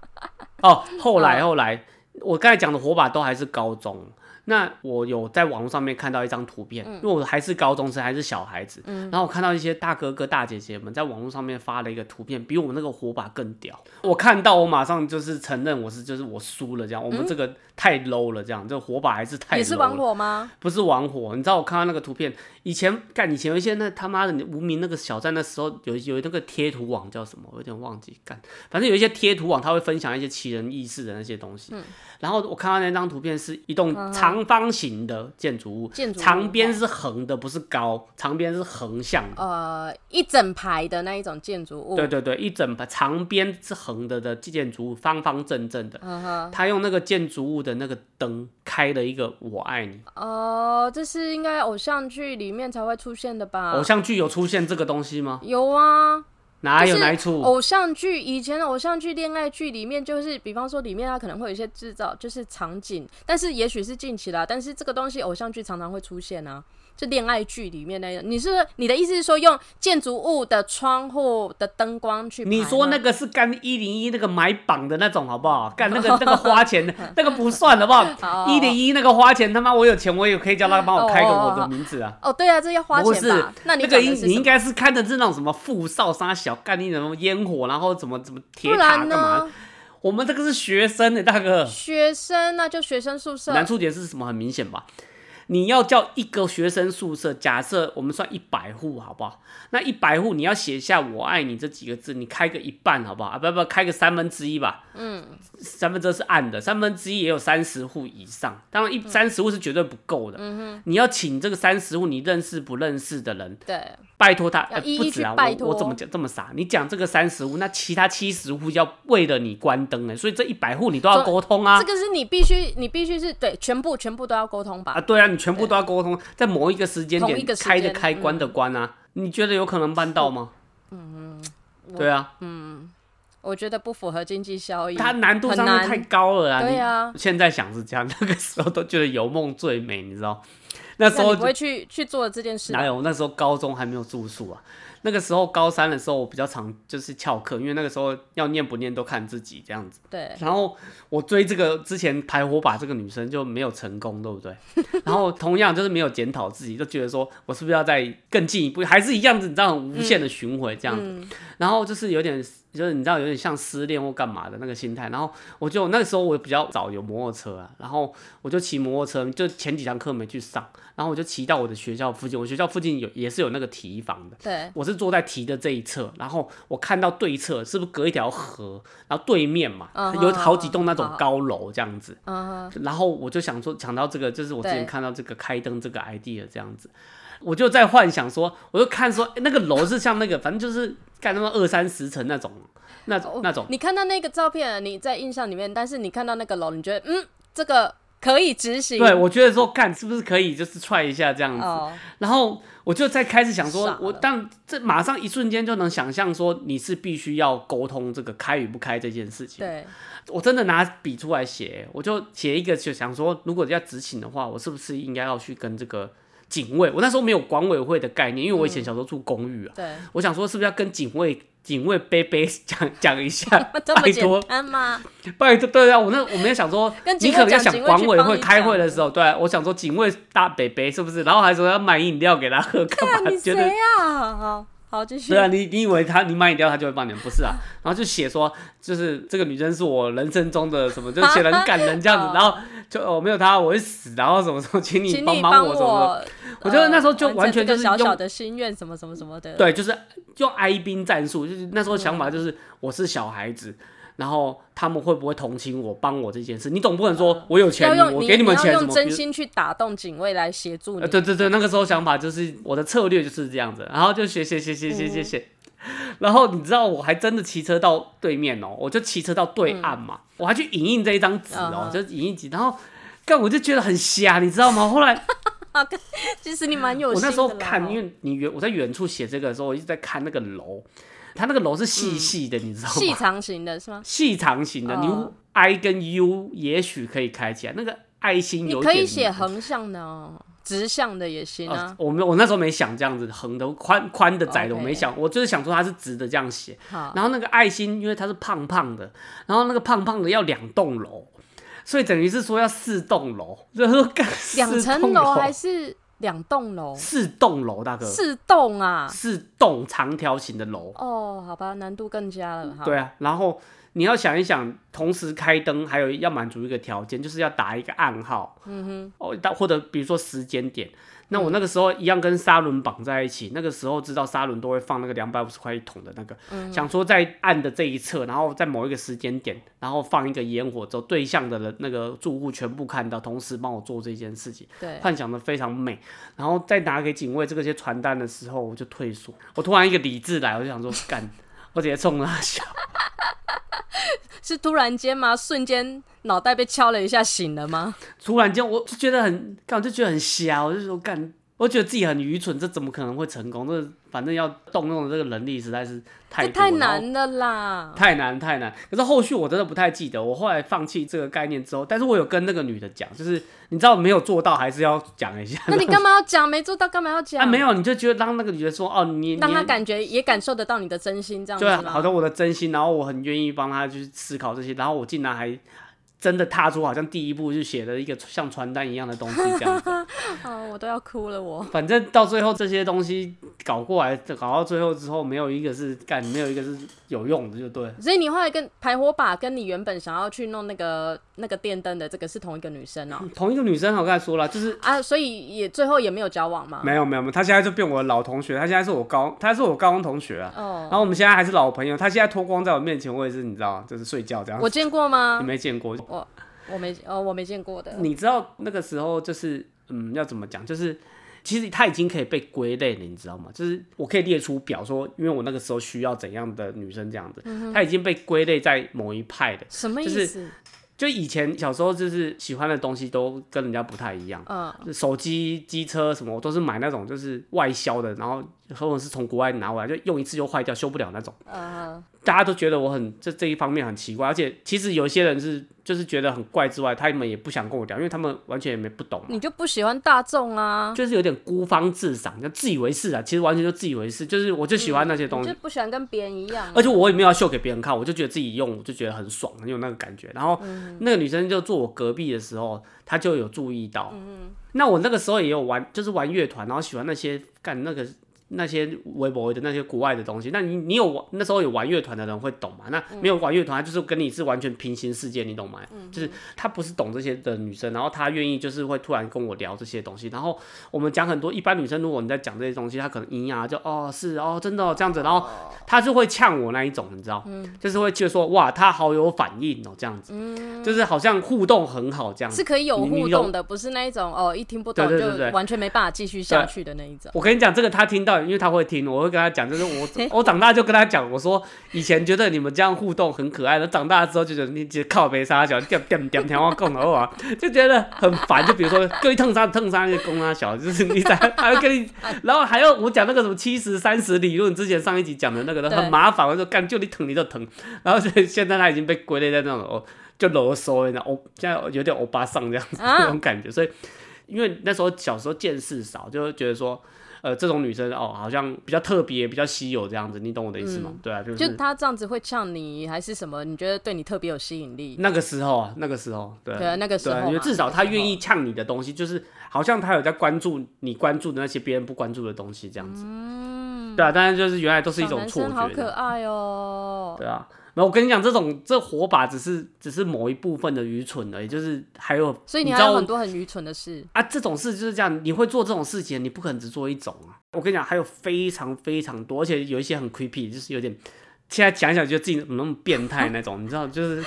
S2: 哦，后来后来，我刚才讲的火把都还是高中。那我有在网络上面看到一张图片，
S3: 嗯
S2: 因为我还是高中生，还是小孩子，然后我看到一些大哥哥大姐姐们在网络上面发了一个图片，比我们那个火把更屌。我看到我马上就是承认我是就是我输了这样，我们这个太 low 了这样，这火把还是太 low
S3: 你
S2: 了。
S3: 嗯是玩火吗？
S2: 不是玩火，你知道我看到那个图片，以前干以前有一些那他妈的无名那个小站，那时候有有那个贴图网叫什么，我有点忘记干，反正有一些贴图网，他会分享一些奇人异事的那些东西。然后我看到那张图片是一栋长方形的建筑物，
S3: 建筑物
S2: 长边是横的，不是高，长边是横向的。
S3: 呃，一整排的那一种建筑物。
S2: 对对对，一整排长边是横的的建筑物，方方正正的。
S3: 嗯哼，
S2: 他用那个建筑物的那个灯开了一个“我爱你”，
S3: 哦、这是应该偶像剧里面才会出现的吧？
S2: 偶像剧有出现这个东西吗？
S3: 有啊，
S2: 哪有
S3: 就是
S2: 哪一出？
S3: 偶像剧以前的偶像剧、恋爱剧里面，就是比方说里面它可能会有一些制造，就是场景，但是也许是近期啦，但是这个东西偶像剧常常会出现啊。就恋爱剧里面那个，你是你的意思是说用建筑物的窗户的灯光去？
S2: 你说那
S3: 个？
S2: 个是干一零一那个买榜的那种好不好？干那个那个花钱 的那个不算好不好？
S3: 好
S2: 一零一那个花钱，他妈我有钱我也可以叫他帮我开个
S3: 哦
S2: 我的名字啊。
S3: 哦，对啊，这要花
S2: 不
S3: 钱
S2: 是
S3: 吧？，那你
S2: 那个
S3: 讲
S2: 应
S3: 的是
S2: 你
S3: 什
S2: 应
S3: 么？
S2: 该是看的是那种什么富少杀小，干你什么烟火，然后怎么怎么铁
S3: 不
S2: 塔
S3: 然
S2: 干嘛
S3: 呢？？
S2: 我们这个是学生的大哥，
S3: 学生啊那就学生宿舍。
S2: 难处点是什么？很明显吧？你要叫一个学生宿舍，假设我们算一百户，好不好？那一百户你要写下“我爱你”这几个字，你开个一半，好不好？啊，不不，开个三分之一吧。嗯，三分之二是暗的，三分之一也有三十户以上。当
S3: 嗯
S2: 然一，三十户是绝对不够的。嗯你要请这个三十户你认识不认识的人，
S3: 对，
S2: 拜托他，
S3: 要
S2: 呃
S3: 一一
S2: 不止啊，
S3: 去拜
S2: 我我怎么
S3: 托
S2: 讲这么傻？你讲这个三十户，那其他七十户要为了你关灯哎呢，所以这一百户你都要
S3: 这
S2: 沟通啊。
S3: 这个是你必须，你必须是对全部全部都要沟通吧？
S2: 啊，对啊，你全部都要沟通，在某一个时间
S3: 同一
S2: 点
S3: 个时
S2: 开的
S3: 间嗯
S2: 开，关的关啊，你觉得有可能办到吗？嗯，对啊，
S3: 我觉得不符合经济效益。
S2: 它难度
S3: 很
S2: 上面
S3: 难
S2: 太高了啊。
S3: 对
S2: 你
S3: 啊
S2: 现在想是这样，那个时候都觉得有梦最美，你知道？ 那时
S3: 那
S2: 候
S3: 你
S2: 就
S3: 不会去去做这件事吧
S2: 哪？有？那时候高中还没有住宿啊。那个时候高三的时候，我比较常就是翘课，因为那个时候要念不念都看自己这样子。
S3: 对，
S2: 然后我追这个之前排火把这个女生就没有成功，对不对？ 然后同样就是没有检讨自己，就觉得说我是不是要再更进一步，还是一样子，你知道很无限的巡回这样子。然后就是有点，就是你知道有点像失恋或干嘛的那个心态。然后我就那个时候我比较早有摩托车啊，然后我就骑摩托车，就前几堂课没去上，然后我就骑到我的学校附近，我学校附近有也是有那个体育房的。
S3: 对，
S2: 我是坐在题的这一侧，然后我看到对侧是不是隔一条河，然后对面嘛、
S3: 嗯
S2: 有好几栋那种
S3: 嗯嗯嗯
S2: 高楼这样子，
S3: 嗯哼，
S2: 然后我就想说想到这个，就是我之前
S3: 对
S2: 看到这个开灯这个哎 idea 这样子，我就在幻想说，我就看说诶那个楼是像那个，反正就是干他妈二三十层那种，那种那种
S3: 哦你看到那个照片，你在印象里面，但是你看到那个楼，你觉得嗯，这个可以执行。
S2: 对，我觉得说干是不是可以就是踹一下这样子，
S3: 哦，
S2: 然后我就在开始想
S3: 傻
S2: 说
S3: 了，
S2: 我但这马上一瞬间就能想象说你是必须要沟通这个开与不开这件事情。
S3: 对，
S2: 我真的拿笔出来写，我就写一个，就想说，如果要执勤的话，我是不是应该要去跟这个警卫？我那时候没有管委会的概念，因为我以
S3: 嗯
S2: 前小时候住公寓啊，
S3: 对，
S2: 我想说是不是要跟警卫警卫杯杯讲讲一下
S3: 那， 这么
S2: 拜
S3: 简
S2: 托
S3: 单吗？
S2: 拜托，对啊，我那我没有想说
S3: 跟，警
S2: 你
S3: 卫
S2: 可能要
S3: 讲
S2: 想
S3: 警卫
S2: 管
S3: 去
S2: 委
S3: 帮
S2: 会
S3: 你
S2: 开
S3: 讲
S2: 会的时候，对啊、我想说警卫大北北是不是？然后还说要买饮料给他喝，干嘛？
S3: 你
S2: 觉得
S3: 谁呀？好好好，继续
S2: 对。啊，你你以为他你买饮料他就会帮你，不是 啊？然后就写说，就是这个女生是我人生中的什么，就写得很感人这样
S3: 哦
S2: 子，然后就哦没有她我会死，然后什么什么，请你
S3: 请
S2: 帮
S3: 你
S2: 忙
S3: 我
S2: 什么的。，我觉得那时候就
S3: 呃
S2: 完
S3: 完成
S2: 全就是
S3: 这个小小
S2: 用
S3: 的心愿，什么什么什么的。，
S2: 对，就是用哀兵战术，就是那时候想法就是我是小孩子。然后他们会不会同情我，帮我这件事？你总不能说我有钱
S3: 呃要，用
S2: 我给
S3: 你
S2: 们
S3: 要
S2: 钱，什
S3: 用
S2: 么
S3: 真
S2: 比如
S3: 心去打动警卫来协助你
S2: 呃，。对对对，那个时候想法就是我的策略就是这样子，然后就写写写写写写写，然后你知道我还真的骑车到对面哦，我就骑车到对岸嘛，我还去影印这一张纸哦，
S3: 嗯
S2: 就影印纸，然后干我就觉得很瞎，你知道 吗？后来
S3: 其实你蛮有
S2: 我
S3: 心的
S2: 那
S3: 啦。
S2: 时候看，因
S3: 为
S2: 为你远我在远处写这个的时候，我一直在看那个楼，它那个楼是细细的，你知道
S3: 嗯细
S2: 吗？
S3: 长型的是吗？
S2: 细长型的，你
S3: 嗯
S2: I 跟 U 也许可以开起来，那个爱心
S3: 你
S2: 有
S3: 可
S2: 点
S3: 以写横向的哦，直向的也行
S2: 啊
S3: 啊，。
S2: 我没，我那时候没想这样子横的、宽宽的、窄的，我
S3: OK
S2: 没想，我就是想说它是直的这样写。
S3: 好，
S2: 哦然后那个爱心，因为它是胖胖的，然后那个胖胖的要两栋楼，所以等于是说要四栋楼，就是说干
S3: 两
S2: 四
S3: 层
S2: 栋楼
S3: 楼还是两栋楼？
S2: 四栋楼，大哥，
S3: 四栋啊？
S2: 四栋长条形的楼，
S3: 哦，好吧，难度更加了哈。
S2: 对啊，然后你要想一想，同时开灯，还有要满足一个条件，就是要打一个暗号，嗯哼，哦，嗯打或者比如说时间点。那我那个时候一样跟沙轮绑在一起，那个时候知道沙轮都会放那个两百五十块一桶的那个，想说在暗的这一侧，然后在某一个时间点，然后放一个烟火之后，对象的人那个住户全部看到，同时帮我做这件事情，
S3: 对，
S2: 幻想的非常美。然后再拿给警卫这个些传单的时候，我就退缩。我突然一个理智来，我就想说，干，我直接冲他笑。
S3: 是突然间吗？瞬间脑袋被敲了一下，醒了吗？
S2: 突然间我就觉得很，干，我就觉得很瞎，我就说干，我觉得自己很愚蠢，这怎么可能会成功？这反正要动用的这个能力实在是 太
S3: 这
S2: 多
S3: 太
S2: 然后
S3: 难了啦。
S2: 太难太难。可是后续我真的不太记得，我后来放弃这个概念之后，但是我有跟那个女的讲，就是你知道没有做到，还是要讲一下。
S3: 那你干嘛要讲？没做到干嘛要
S2: 啊，
S3: 讲？
S2: 没有，你就觉得让那个女的说哦，你
S3: 让
S2: 你
S3: 他感觉也感受得到你的真心，这样子
S2: 对，啊
S3: 吗
S2: 好的，我的真心，然后我很愿意帮他去思考这些，然后我竟然还真的踏出好像第一步就写了一个像传单一样的东西这样子。
S3: 啊，我都要哭了我。
S2: 反正到最后这些东西搞过来，搞到最后之后，没有一个是干，没有一个是有用的，就对了。
S3: 所以你后来跟排火把跟你原本想要去弄那个那个电灯的这个是同一个女生哦、
S2: 同一个女生，我刚才说了，就是
S3: 啊，所以也最后也没有交往嘛。
S2: 没有没有没有，她现在就变我的老同学，她现在是我高，她是我高中同学啊。
S3: 哦
S2: 然后我们现在还是老朋友，她现在脱光在我面前，我也是你知道，就是睡觉这样。
S3: 我见过
S2: 你
S3: 吗？
S2: 没见过，
S3: 我我没哦，我没见过的。
S2: 你知道那个时候就是，嗯，要怎么讲？就是其实她已经可以被归类了，你知道吗？就是我可以列出表说，因为我那个时候需要怎样的女生这样子，她已经被归类在某一派的。
S3: 什么意
S2: 就
S3: 思？
S2: 就以前小时候就是喜欢的东西都跟人家不太一样，
S3: 嗯，
S2: 就手机、机车什么，我都是买那种就是外销的，然后或者是从国外拿回来，就用一次就坏掉，修不了那种。
S3: 呃，
S2: 大家都觉得我很这这一方面很奇怪，而且其实有一些人是就是觉得很怪之外，他们也不想跟我聊，因为他们完全也没不懂嘛。啊
S3: 你就不喜欢大众啊？
S2: 就是有点孤芳自赏，就自以为是啊，其实完全就自以为是，就是我就喜欢那些东
S3: 你
S2: 西，
S3: 就不喜欢跟别人一样啊、
S2: 而且我也没有要秀给别人看，我就觉得自己用，我就觉得很爽，很有那个感觉。然后
S3: 嗯
S2: 那个女生就坐我隔壁的时候，她就有注意到。
S3: 嗯
S2: 那我那个时候也有玩，就是玩乐团，然后喜欢那些干那个那些微博的那些国外的东西。那你你有玩那时候有玩乐团的人会懂嘛？那没有玩乐团，她就是跟你是完全平行世界，你懂吗？
S3: 嗯
S2: 就是她不是懂这些的女生，然后她愿意就是会突然跟我聊这些东西，然后我们讲很多一般女生，如果你在讲这些东西，她可能咿呀就哦是哦真的、哦、这样子，然后她就会呛我那一种，你知道，
S3: 嗯
S2: 就是会觉得说哇她好有反应哦这样子，就是好像互动很好这样
S3: 嗯是
S2: 子。
S3: 可以有
S2: 你你
S3: 互
S2: 有
S3: 动的，不是那一种哦，一听不懂
S2: 对对对
S3: 就
S2: 对
S3: 完全没办法继续下去的那一种。
S2: 我跟你讲，这个她听到看，因为他会听，我会跟他讲，就是我我长大就跟他讲，我说以前觉得你们这样互动很可爱的，长大之后就觉得你直接靠背杀小，点点点天话共好啊，就觉得很烦。就比如说跟你蹭杀蹭杀那个公啊小，就是你在还要跟你，然后还要我讲那个什么七十三十理论，之前上一集讲的那个都很
S3: 对
S2: 麻烦，我就干就你疼你就疼，然后所以现在他已经被归类在那种哦。就啰嗦，你知道，欧哦现在有点欧巴桑这样子、
S3: 啊
S2: 那种感觉，所以因为那时候小时候见识少，就会觉得说，呃，这种女生哦，好像比较特别、比较稀有这样子，你懂我的意思吗？对啊，就
S3: 嗯就是他这样子会呛你，还是什么？你觉得对你特别有吸引力？
S2: 那个时候啊，那个时候，对啊
S3: 对啊那个时候
S2: 对啊
S3: 嘛
S2: 因为至少她
S3: 那个时
S2: 愿
S3: 候
S2: 意呛你的东西，就是好像她有在关注你关注的那些别人不关注的东西这样子。
S3: 嗯，
S2: 对啊，当然就是原来都是一
S3: 小
S2: 种
S3: 男
S2: 错
S3: 生好
S2: 觉
S3: 可
S2: 的，
S3: 爱哦、
S2: 对啊。然后我跟你讲，这种这火把只是只是某一部分的愚蠢而已，就是还有，
S3: 所以
S2: 你
S3: 你
S2: 知
S3: 还有
S2: 道
S3: 很多很愚蠢的事。
S2: 啊，这种事就是这样，你会做这种事情，你不可能只做一种啊。我跟你讲，还有非常非常多，而且有一些很 creepy，就是有点现在想一想，觉得自己怎么那么变态那种，你知道，就是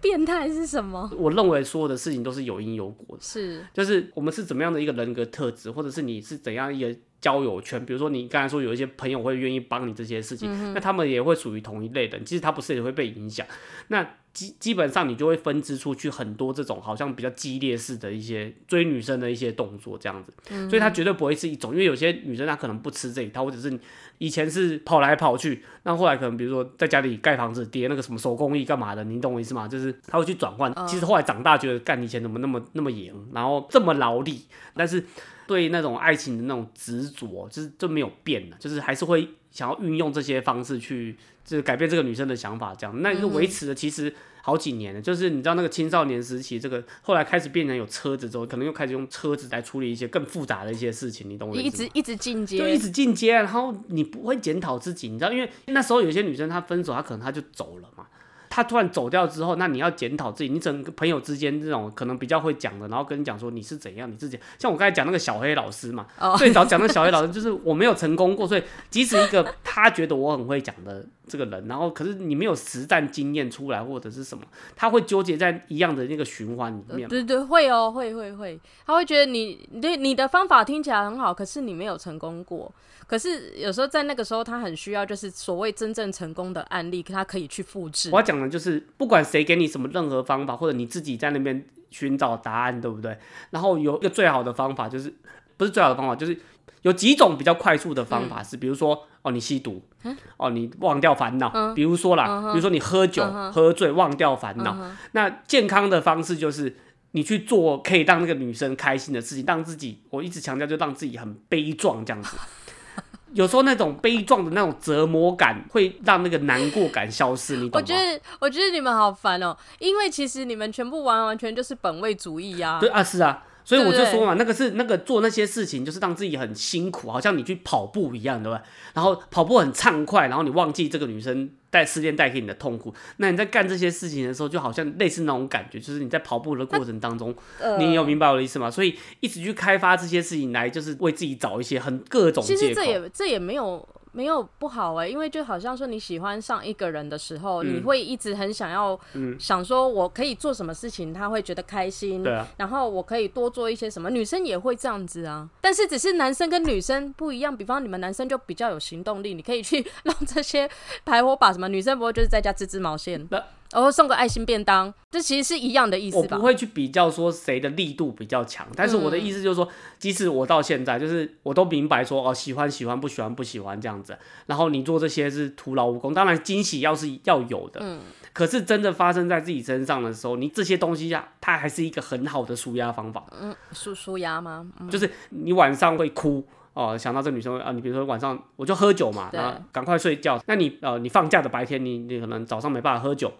S3: 变态是什么？
S2: 我认为所有的事情都是有因有果的，
S3: 是
S2: 就是我们是怎么样的一个人格特质，或者是你是怎样一个交友圈，比如说你刚才说有一些朋友会愿意帮你这些事情，那他们也会属于同一类的，其实他不是也会被影响，那。基基本上你就会分支出去很多这种好像比较激烈式的一些追女生的一些动作这样子，所以她绝对不会是一种，因为有些女生她可能不吃这一套，或者是以前是跑来跑去，那后来可能比如说在家里盖房子叠那个什么手工艺干嘛的，你懂我意思吗？就是她会去转换。其实后来长大觉得，干你以前怎么那么那么严，然后这么劳力，但是对那种爱情的那种执着，就是就没有变的，就是还是会想要运用这些方式去，就是改变这个女生的想法，这样，那就维持了其实好几年了。就是你知道那个青少年时期，这个后来开始变成有车子之后，可能又开始用车子来处理一些更复杂的一些事情，你懂我的意
S3: 一
S2: 思吗？
S3: 直一直进
S2: 就一
S3: 阶，
S2: 直进阶，然后你不会检讨自己，你知道，因为那时候有些女生她分手，她可能她就走了嘛。她突然走掉之后，那你要检讨自己，你整个朋友之间这种可能比较会讲的，然后跟你讲说你是怎样，你自己像我刚才讲那个小黑老师嘛，
S3: 哦
S2: 最早讲那个小黑老师就是我没有成功过，所以即使一个他觉得我很会讲的这个人，然后可是你没有实战经验出来或者是什么，他会纠结在一样的那个循环里面嘛。
S3: 对对会哦，会会会，他会觉得你对你的方法听起来很好，可是你没有成功过。可是有时候在那个时候，他很需要就是所谓真正成功的案例，他可以去复制
S2: 我。要讲的就是，不管谁给你什么任何方法，或者你自己在那边寻找答案，对不对？然后有一个最好的方法，就是不是最好的方法，就是有几种比较快速的方
S3: 嗯
S2: 法是，比如说哦，你吸毒，哦，你忘掉烦恼，
S3: 嗯
S2: 比如说啦，比如说你喝酒、喝醉忘掉烦
S3: 嗯
S2: 恼。那健康的方式就是。你去做可以让那个女生开心的事情，让自己，我一直强调，就让自己很悲壮这样子。 有时候那种悲壮的那种折磨感，会让那个难过感消失，你懂吗？
S3: 我觉得，我觉得你们好烦哦，因为其实你们全部完完全就是本位主义呀、
S2: 对啊，是啊，所以
S3: 对
S2: 我
S3: 不
S2: 就
S3: 对
S2: 说嘛，那个是那个做那些事情，就是让自己很辛苦，好像你去跑步一样，对吧？然后跑步很畅快，然后你忘记这个女生带失恋带给你的痛苦。那你在干这些事情的时候，就好像类似那种感觉，就是你在跑步的过程当中，
S3: 呃
S2: 你有明白我的意思吗？所以一直去开发这些事情来，就是为自己找一些很各种
S3: 其
S2: 借
S3: 实
S2: 口
S3: 这。也这也没有没有不好哎、因为就好像说你喜欢上一个人的时候，
S2: 嗯
S3: 你会一直很想要、想说我可以做什么事情，他会觉得开心，
S2: 对啊
S3: 然后我可以多做一些什么，女生也会这样子啊。但是只是男生跟女生不一样，比方你们男生就比较有行动力，你可以去 让这些排火把什么，女生不会就是在家织织毛线
S2: 那，
S3: 然后送个爱心便当，这其实是一样的意
S2: 我
S3: 思吧嗯
S2: 不？会去比较说谁的力度比较强，但是我的意思就是说，即使我到现在，就是我都明白说哦，喜欢喜欢，不喜欢不喜欢这样子。然后你做这些是徒劳无功，当然惊喜要是要有的，
S3: 嗯
S2: 可是真的发生在自己身上的时候，你这些东西呀、它还是一个很好的舒压方法。
S3: 舒舒压吗？嗯
S2: 就是你晚上会哭哦，想到这女生啊，你比如说晚上我就喝酒嘛，
S3: 对
S2: 然后赶快睡觉。那你呃，你放假的白天，你你可能早上没办法喝酒，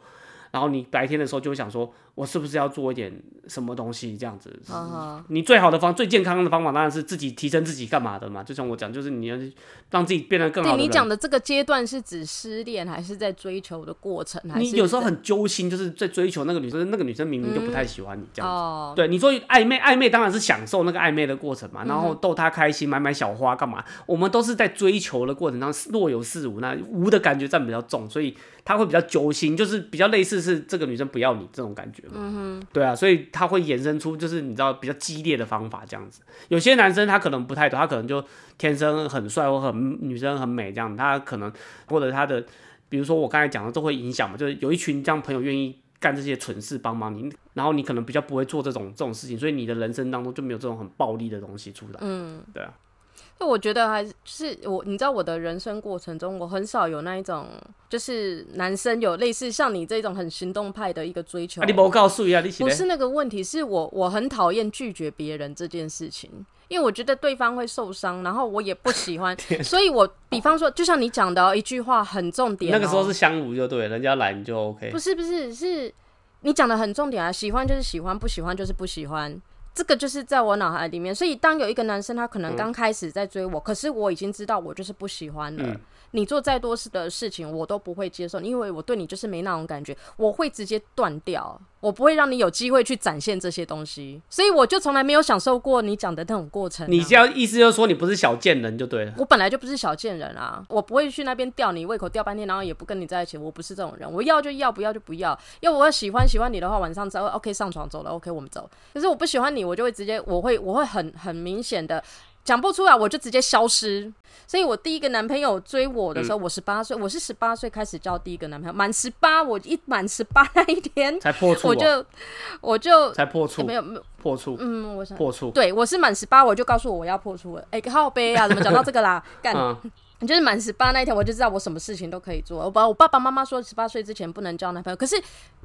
S2: 然后你白天的时候就会想说，我是不是要做一点什么东西这样子？
S3: 嗯哼
S2: 你最好的方、最健康的方法当然是自己提升自己干嘛的嘛？就像我讲，就是你要去让自己变得更好
S3: 对
S2: 的
S3: 你
S2: 人。
S3: 讲的这个阶段是指失恋，还是在追求的过程？还
S2: 你
S3: 是
S2: 有时候
S3: 在
S2: 很揪心，就是在追求那个女生，那个女生明明就不太喜欢你这样子。
S3: 哦，
S2: 对，你说暧昧，暧昧当然是享受那个暧昧的过程嘛，然后逗她开心，买买小花干嘛？我们都是在追求的过程当中若有似无，那无的感觉占比较重，所以他会比较揪心，就是比较类似是这个女生不要你这种感觉嘛。嗯对啊，所以他会衍生出就是你知道比较激烈的方法这样子。有些男生他可能不太懂，他可能就天生很帅或很女生很美这样，他可能或者他的，比如说我刚才讲的，这会影响嘛，就是有一群这样朋友愿意干这些蠢事帮忙你，然后你可能比较不会做这种这种事情，所以你的人生当中就没有这种很暴力的东西出来。嗯，对啊，
S3: 那我觉得还是就是我，你知道我的人生过程中，我很少有那一种，就是男生有类似像你这种很行动派的一个追求。
S2: 啊、你不告诉一下，你
S3: 不是那个问题，是我我很讨厌拒绝别人这件事情，因为我觉得对方会受伤，然后我也不喜欢，所以我比方说，就像你讲的哦、一句话很重点、哦，
S2: 那个时候是相濡就对了，人家来你就 OK
S3: 不。是不是是你讲的很重点啊，喜欢就是喜欢，不喜欢就是不喜欢。这个就是在我脑海里面，所以当有一个男生他可
S2: 嗯
S3: 能刚开始在追我，可是我已经知道我就是不喜欢了。
S2: 嗯
S3: 你做再多事的事情，我都不会接受，因为我对你就是没那种感觉，我会直接断掉，我不会让你有机会去展现这些东西，所以我就从来没有享受过你讲的那种过程啊、
S2: 你这样意思就是说你不是小贱人就对了。
S3: 我本来就不是小贱人啊，我不会去那边吊你胃口吊半天，然后也不跟你在一起，我不是这种人。我要就要，不要就不要。要我要喜欢喜欢你的话，晚上再 OK 上床走了，OK 我们走。可是我不喜欢你，我就会直接，我会我会很很明显的讲不出来，我就直接消失。所以我第一个男朋友追我的时候，我十八岁，我是十八岁开始交第一个男朋友，满十八，我一满十八那一天，
S2: 才破处、哦，
S3: 我就我就、
S2: 才破
S3: 欸
S2: 处，
S3: 没有没有，
S2: 破处，
S3: 嗯，我想
S2: 破处，
S3: 对，我是满十八，我就告诉我我要破处了。哎、靠背啊，怎么讲到这个啦？干，
S2: 嗯，
S3: 你就是满十八那一天，我就知道我什么事情都可以做。我把我爸爸妈妈说十八岁之前不能交男朋友，可是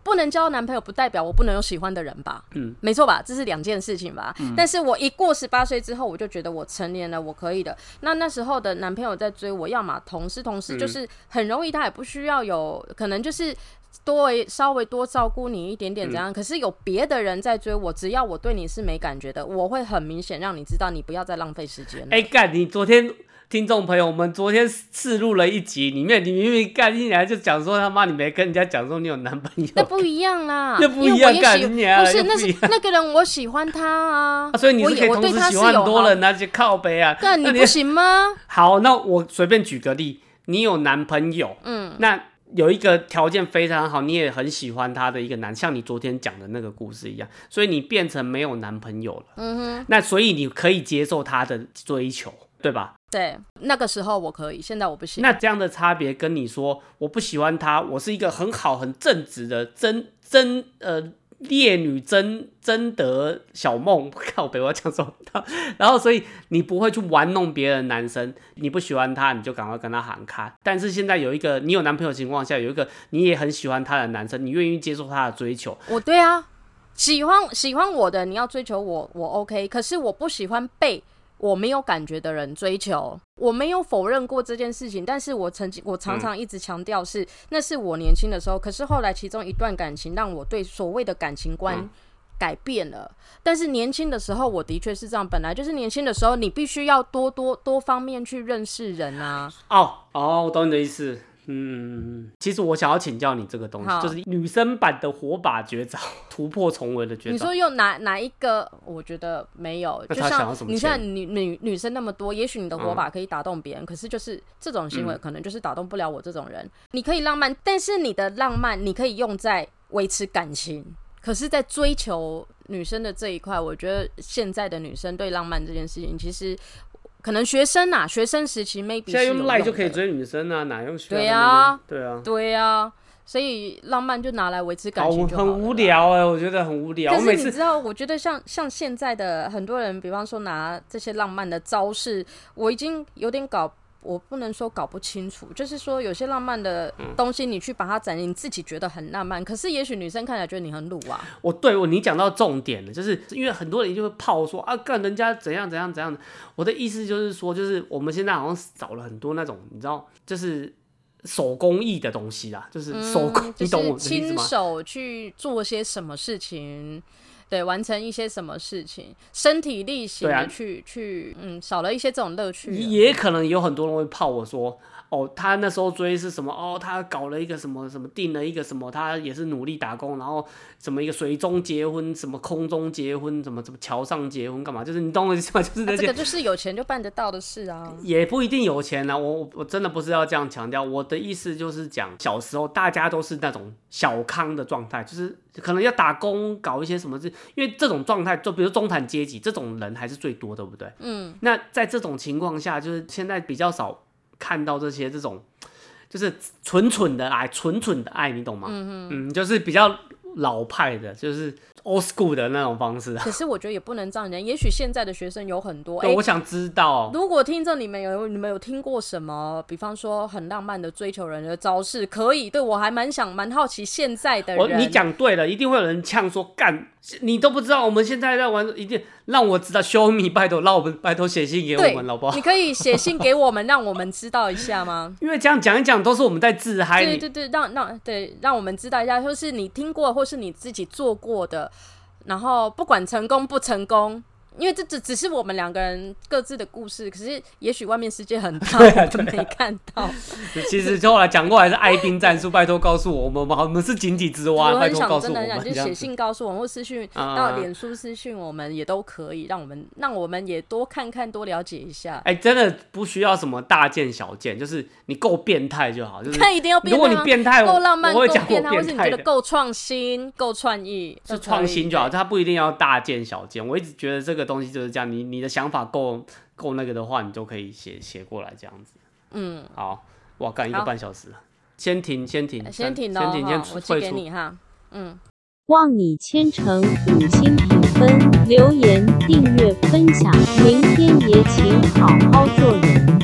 S3: 不能交男朋友不代表我不能有喜欢的人吧？嗯，没错吧？这是两件事情吧？但是我一过十八岁之后，我就觉得我成年了，我可以的。那那时候的男朋友在追我，要么同事，同事就是很容易，他也不需要有，可能就是。多为稍微多照顾你一点点，怎样？可是有别的人在追我，只要我对你是没感觉的，我会很明显让你知道，你不要再浪费时间了。
S2: 哎、干，你昨天听众朋友，我们昨天试录了一集，里面你明明干进来就讲说他妈你没跟人家讲说你有男朋 友，
S3: 那不一样啦，
S2: 那
S3: 因
S2: 不
S3: 为
S2: 一样
S3: 我也喜
S2: 干你啊
S3: 不是，
S2: 那
S3: 那
S2: 不一
S3: 是
S2: 样
S3: 那个人我喜欢他啊
S2: 啊，所以你
S3: 我
S2: 是可以
S3: 也我
S2: 同
S3: 对
S2: 时
S3: 他
S2: 喜
S3: 是
S2: 欢很
S3: 有
S2: 多
S3: 好
S2: 人，那就靠背啊。
S3: 但
S2: 那
S3: 你不行吗？
S2: 好，那我随便举个例，你有男朋友，嗯，那有一个条件非常好，你也很喜欢他的一个男，像你昨天讲的那个故事一样，所以你变成没有男朋友了，嗯哼，那所以你可以接受他的追求，对吧？
S3: 对，那个时候我可以，现在我不行。
S2: 那这样的差别跟你说，我不喜欢他，我是一个很好、很正直的真真呃烈女真真德小梦， 靠北我要讲什么？然后所以你不会去玩弄别人的男生，你不喜欢他，你就赶快跟他喊开。但是现在有一个你有男朋友的情况下，有一个你也很喜欢他的男生，你愿意接受他的追求，
S3: 我对啊，喜欢喜欢我的，你要追求我，我 OK。可是我不喜欢被我没有感觉的人追求。我没有否认过这件事情，但是我曾经我常常一直强调是，那是我年轻的时候。可是后来其中一段感情让我对所谓的感情观。改变了，但是年轻的时候我的确是这样，本来就是年轻的时候，你必须要多多多方面去认识人啊。
S2: 哦哦，我懂你的意思。嗯，其实我想要请教哦你这个东西，
S3: 好
S2: 就是女生版的火把绝招， 突破重围的绝
S3: 你
S2: 招。
S3: 说用哪哪一个？我觉得没有，
S2: 那
S3: 就
S2: 他想要
S3: 像
S2: 什么
S3: 你
S2: 钱嗯
S3: 像女女女生那么多，也许你的火把可以打动别人，可是就是这种行为可能就是打动不了我这种人。你可以浪漫，但是你的浪漫你可以用在维持感情，可是，在追求女生的这一块，我觉得现在的女生对浪漫这件事情，其实可能学生啊，学生时期 maybe
S2: 现在
S3: 是有
S2: 用赖就可以
S3: 的。
S2: 追女生啊，哪用学？
S3: 对啊，
S2: 对啊，
S3: 对啊，所以浪漫就拿来维持感
S2: 好
S3: 情就好
S2: 很
S3: 了
S2: 无
S3: 啦
S2: 聊哎、我觉得很无聊。
S3: 但
S2: 我
S3: 是
S2: 每
S3: 你
S2: 次
S3: 知道，我觉得像像现在的很多人，比方说拿这些浪漫的招式，我已经有点搞，我不能说搞不清楚，就是说有些浪漫的
S2: 嗯
S3: 东西，你去把它展现，你自己觉得很浪漫，可是也许女生看起来觉得你很鲁啊。
S2: 我对我你讲到重点了，就是因为很多人就会泡说啊，干人家怎样怎样怎样的。我的意思就是说，就是我们现在好像少了很多那种，你知道，就是手工艺的东西啦，就是手工，
S3: 嗯就
S2: 你懂
S3: 是
S2: 我的意思
S3: 亲
S2: 吗？
S3: 手去做些什么事情，对，完成一些什么事情，身体力行
S2: 对啊
S3: 的去、去，嗯，少了一些这种乐趣啊、
S2: 也可能有很多人会泡我说哦，他那时候追是什么？哦，他搞了一个什么什么，定了一个什么，他也是努力打工，然后什么一个水中结婚，什么空中结婚，什么什么桥上结婚，干嘛？就是你懂我意思吗？ 就是那
S3: 啊这
S2: 些、
S3: 个就是有钱就办得到的事啊。
S2: 也不一定有钱呢、我我我真的不是要这样强调，我的意思就是讲，小时候大家都是那种小康的状态，就是可能要打工搞一些什么事，因为这种状态，就比如中产阶级这种人还是最多，对不对？
S3: 嗯，
S2: 那在这种情况下，就是现在比较少看到这些这种，就是蠢蠢的爱，蠢蠢的爱，你懂吗？嗯嗯，就是比较老派的，就是 old school 的那种方式。啊
S3: 可是我觉得也不能这样讲，也许现在的学生有很多，哎、
S2: 对，我想知道，
S3: 如果听众你们有你们有听过什么，比方说很浪漫的追求人的招式，可以对我还蛮想蛮好奇现在的
S2: 我
S3: 人，
S2: 哦你讲对了，一定会有人呛说干，你都不知道我们现在在玩，一定让我知道，show me，拜托，让我们拜托写信给
S3: 对
S2: 我们，好不好
S3: 你？可以写信给我们，让我们知道一下吗？
S2: 因为这样讲一讲都是我们在自 嗨，
S3: 对
S2: 你
S3: 对对，让让对让我们知道一下，就是你听过或是你自己做过的，然后不管成功不成功。因为这只只是我们两个人各自的故事，可是也许外面世界 很大，我
S2: 啊
S3: 们没看到。
S2: 其实后来讲过来是哀兵战术，拜托告诉我们，我们我们是井底之蛙，
S3: 我
S2: 拜
S3: 很
S2: 托告
S3: 想，
S2: 诉
S3: 真
S2: 我
S3: 的
S2: 们
S3: 很想，就
S2: 这
S3: 是
S2: 样
S3: 写
S2: 子。
S3: 信告诉我们，或私讯
S2: 啊
S3: 到脸书私讯我们也都可以，让我们让我们也多看看，多了解一下。
S2: 哎、真的不需要什么大件小件，就是你够变态就好。就是
S3: 看一定要变
S2: 如果你
S3: 态吗啊
S2: 变态，
S3: 够浪漫，
S2: 我
S3: 够
S2: 会讲我
S3: 变态，或是你觉
S2: 态
S3: 得
S2: 的。
S3: 够创新、够创意，
S2: 是
S3: 都可
S2: 创
S3: 以
S2: 新就好，。它不一定要大件小件。我一直觉得这个东西就是这样，你你的想法够够那个的话，你就可以写写过来这样子。
S3: 嗯，
S2: 好，哇，干一个
S3: 好
S2: 半小时了，先停先停
S3: 先
S2: 嗯
S3: 停
S2: 先
S3: 哦，
S2: 停
S3: 哈
S2: 先
S3: 我
S2: 退
S3: 寄给
S2: 出
S3: 你哈。嗯，
S1: 望你千诚五星评分、留言、订阅、分享，明天也请好好做人。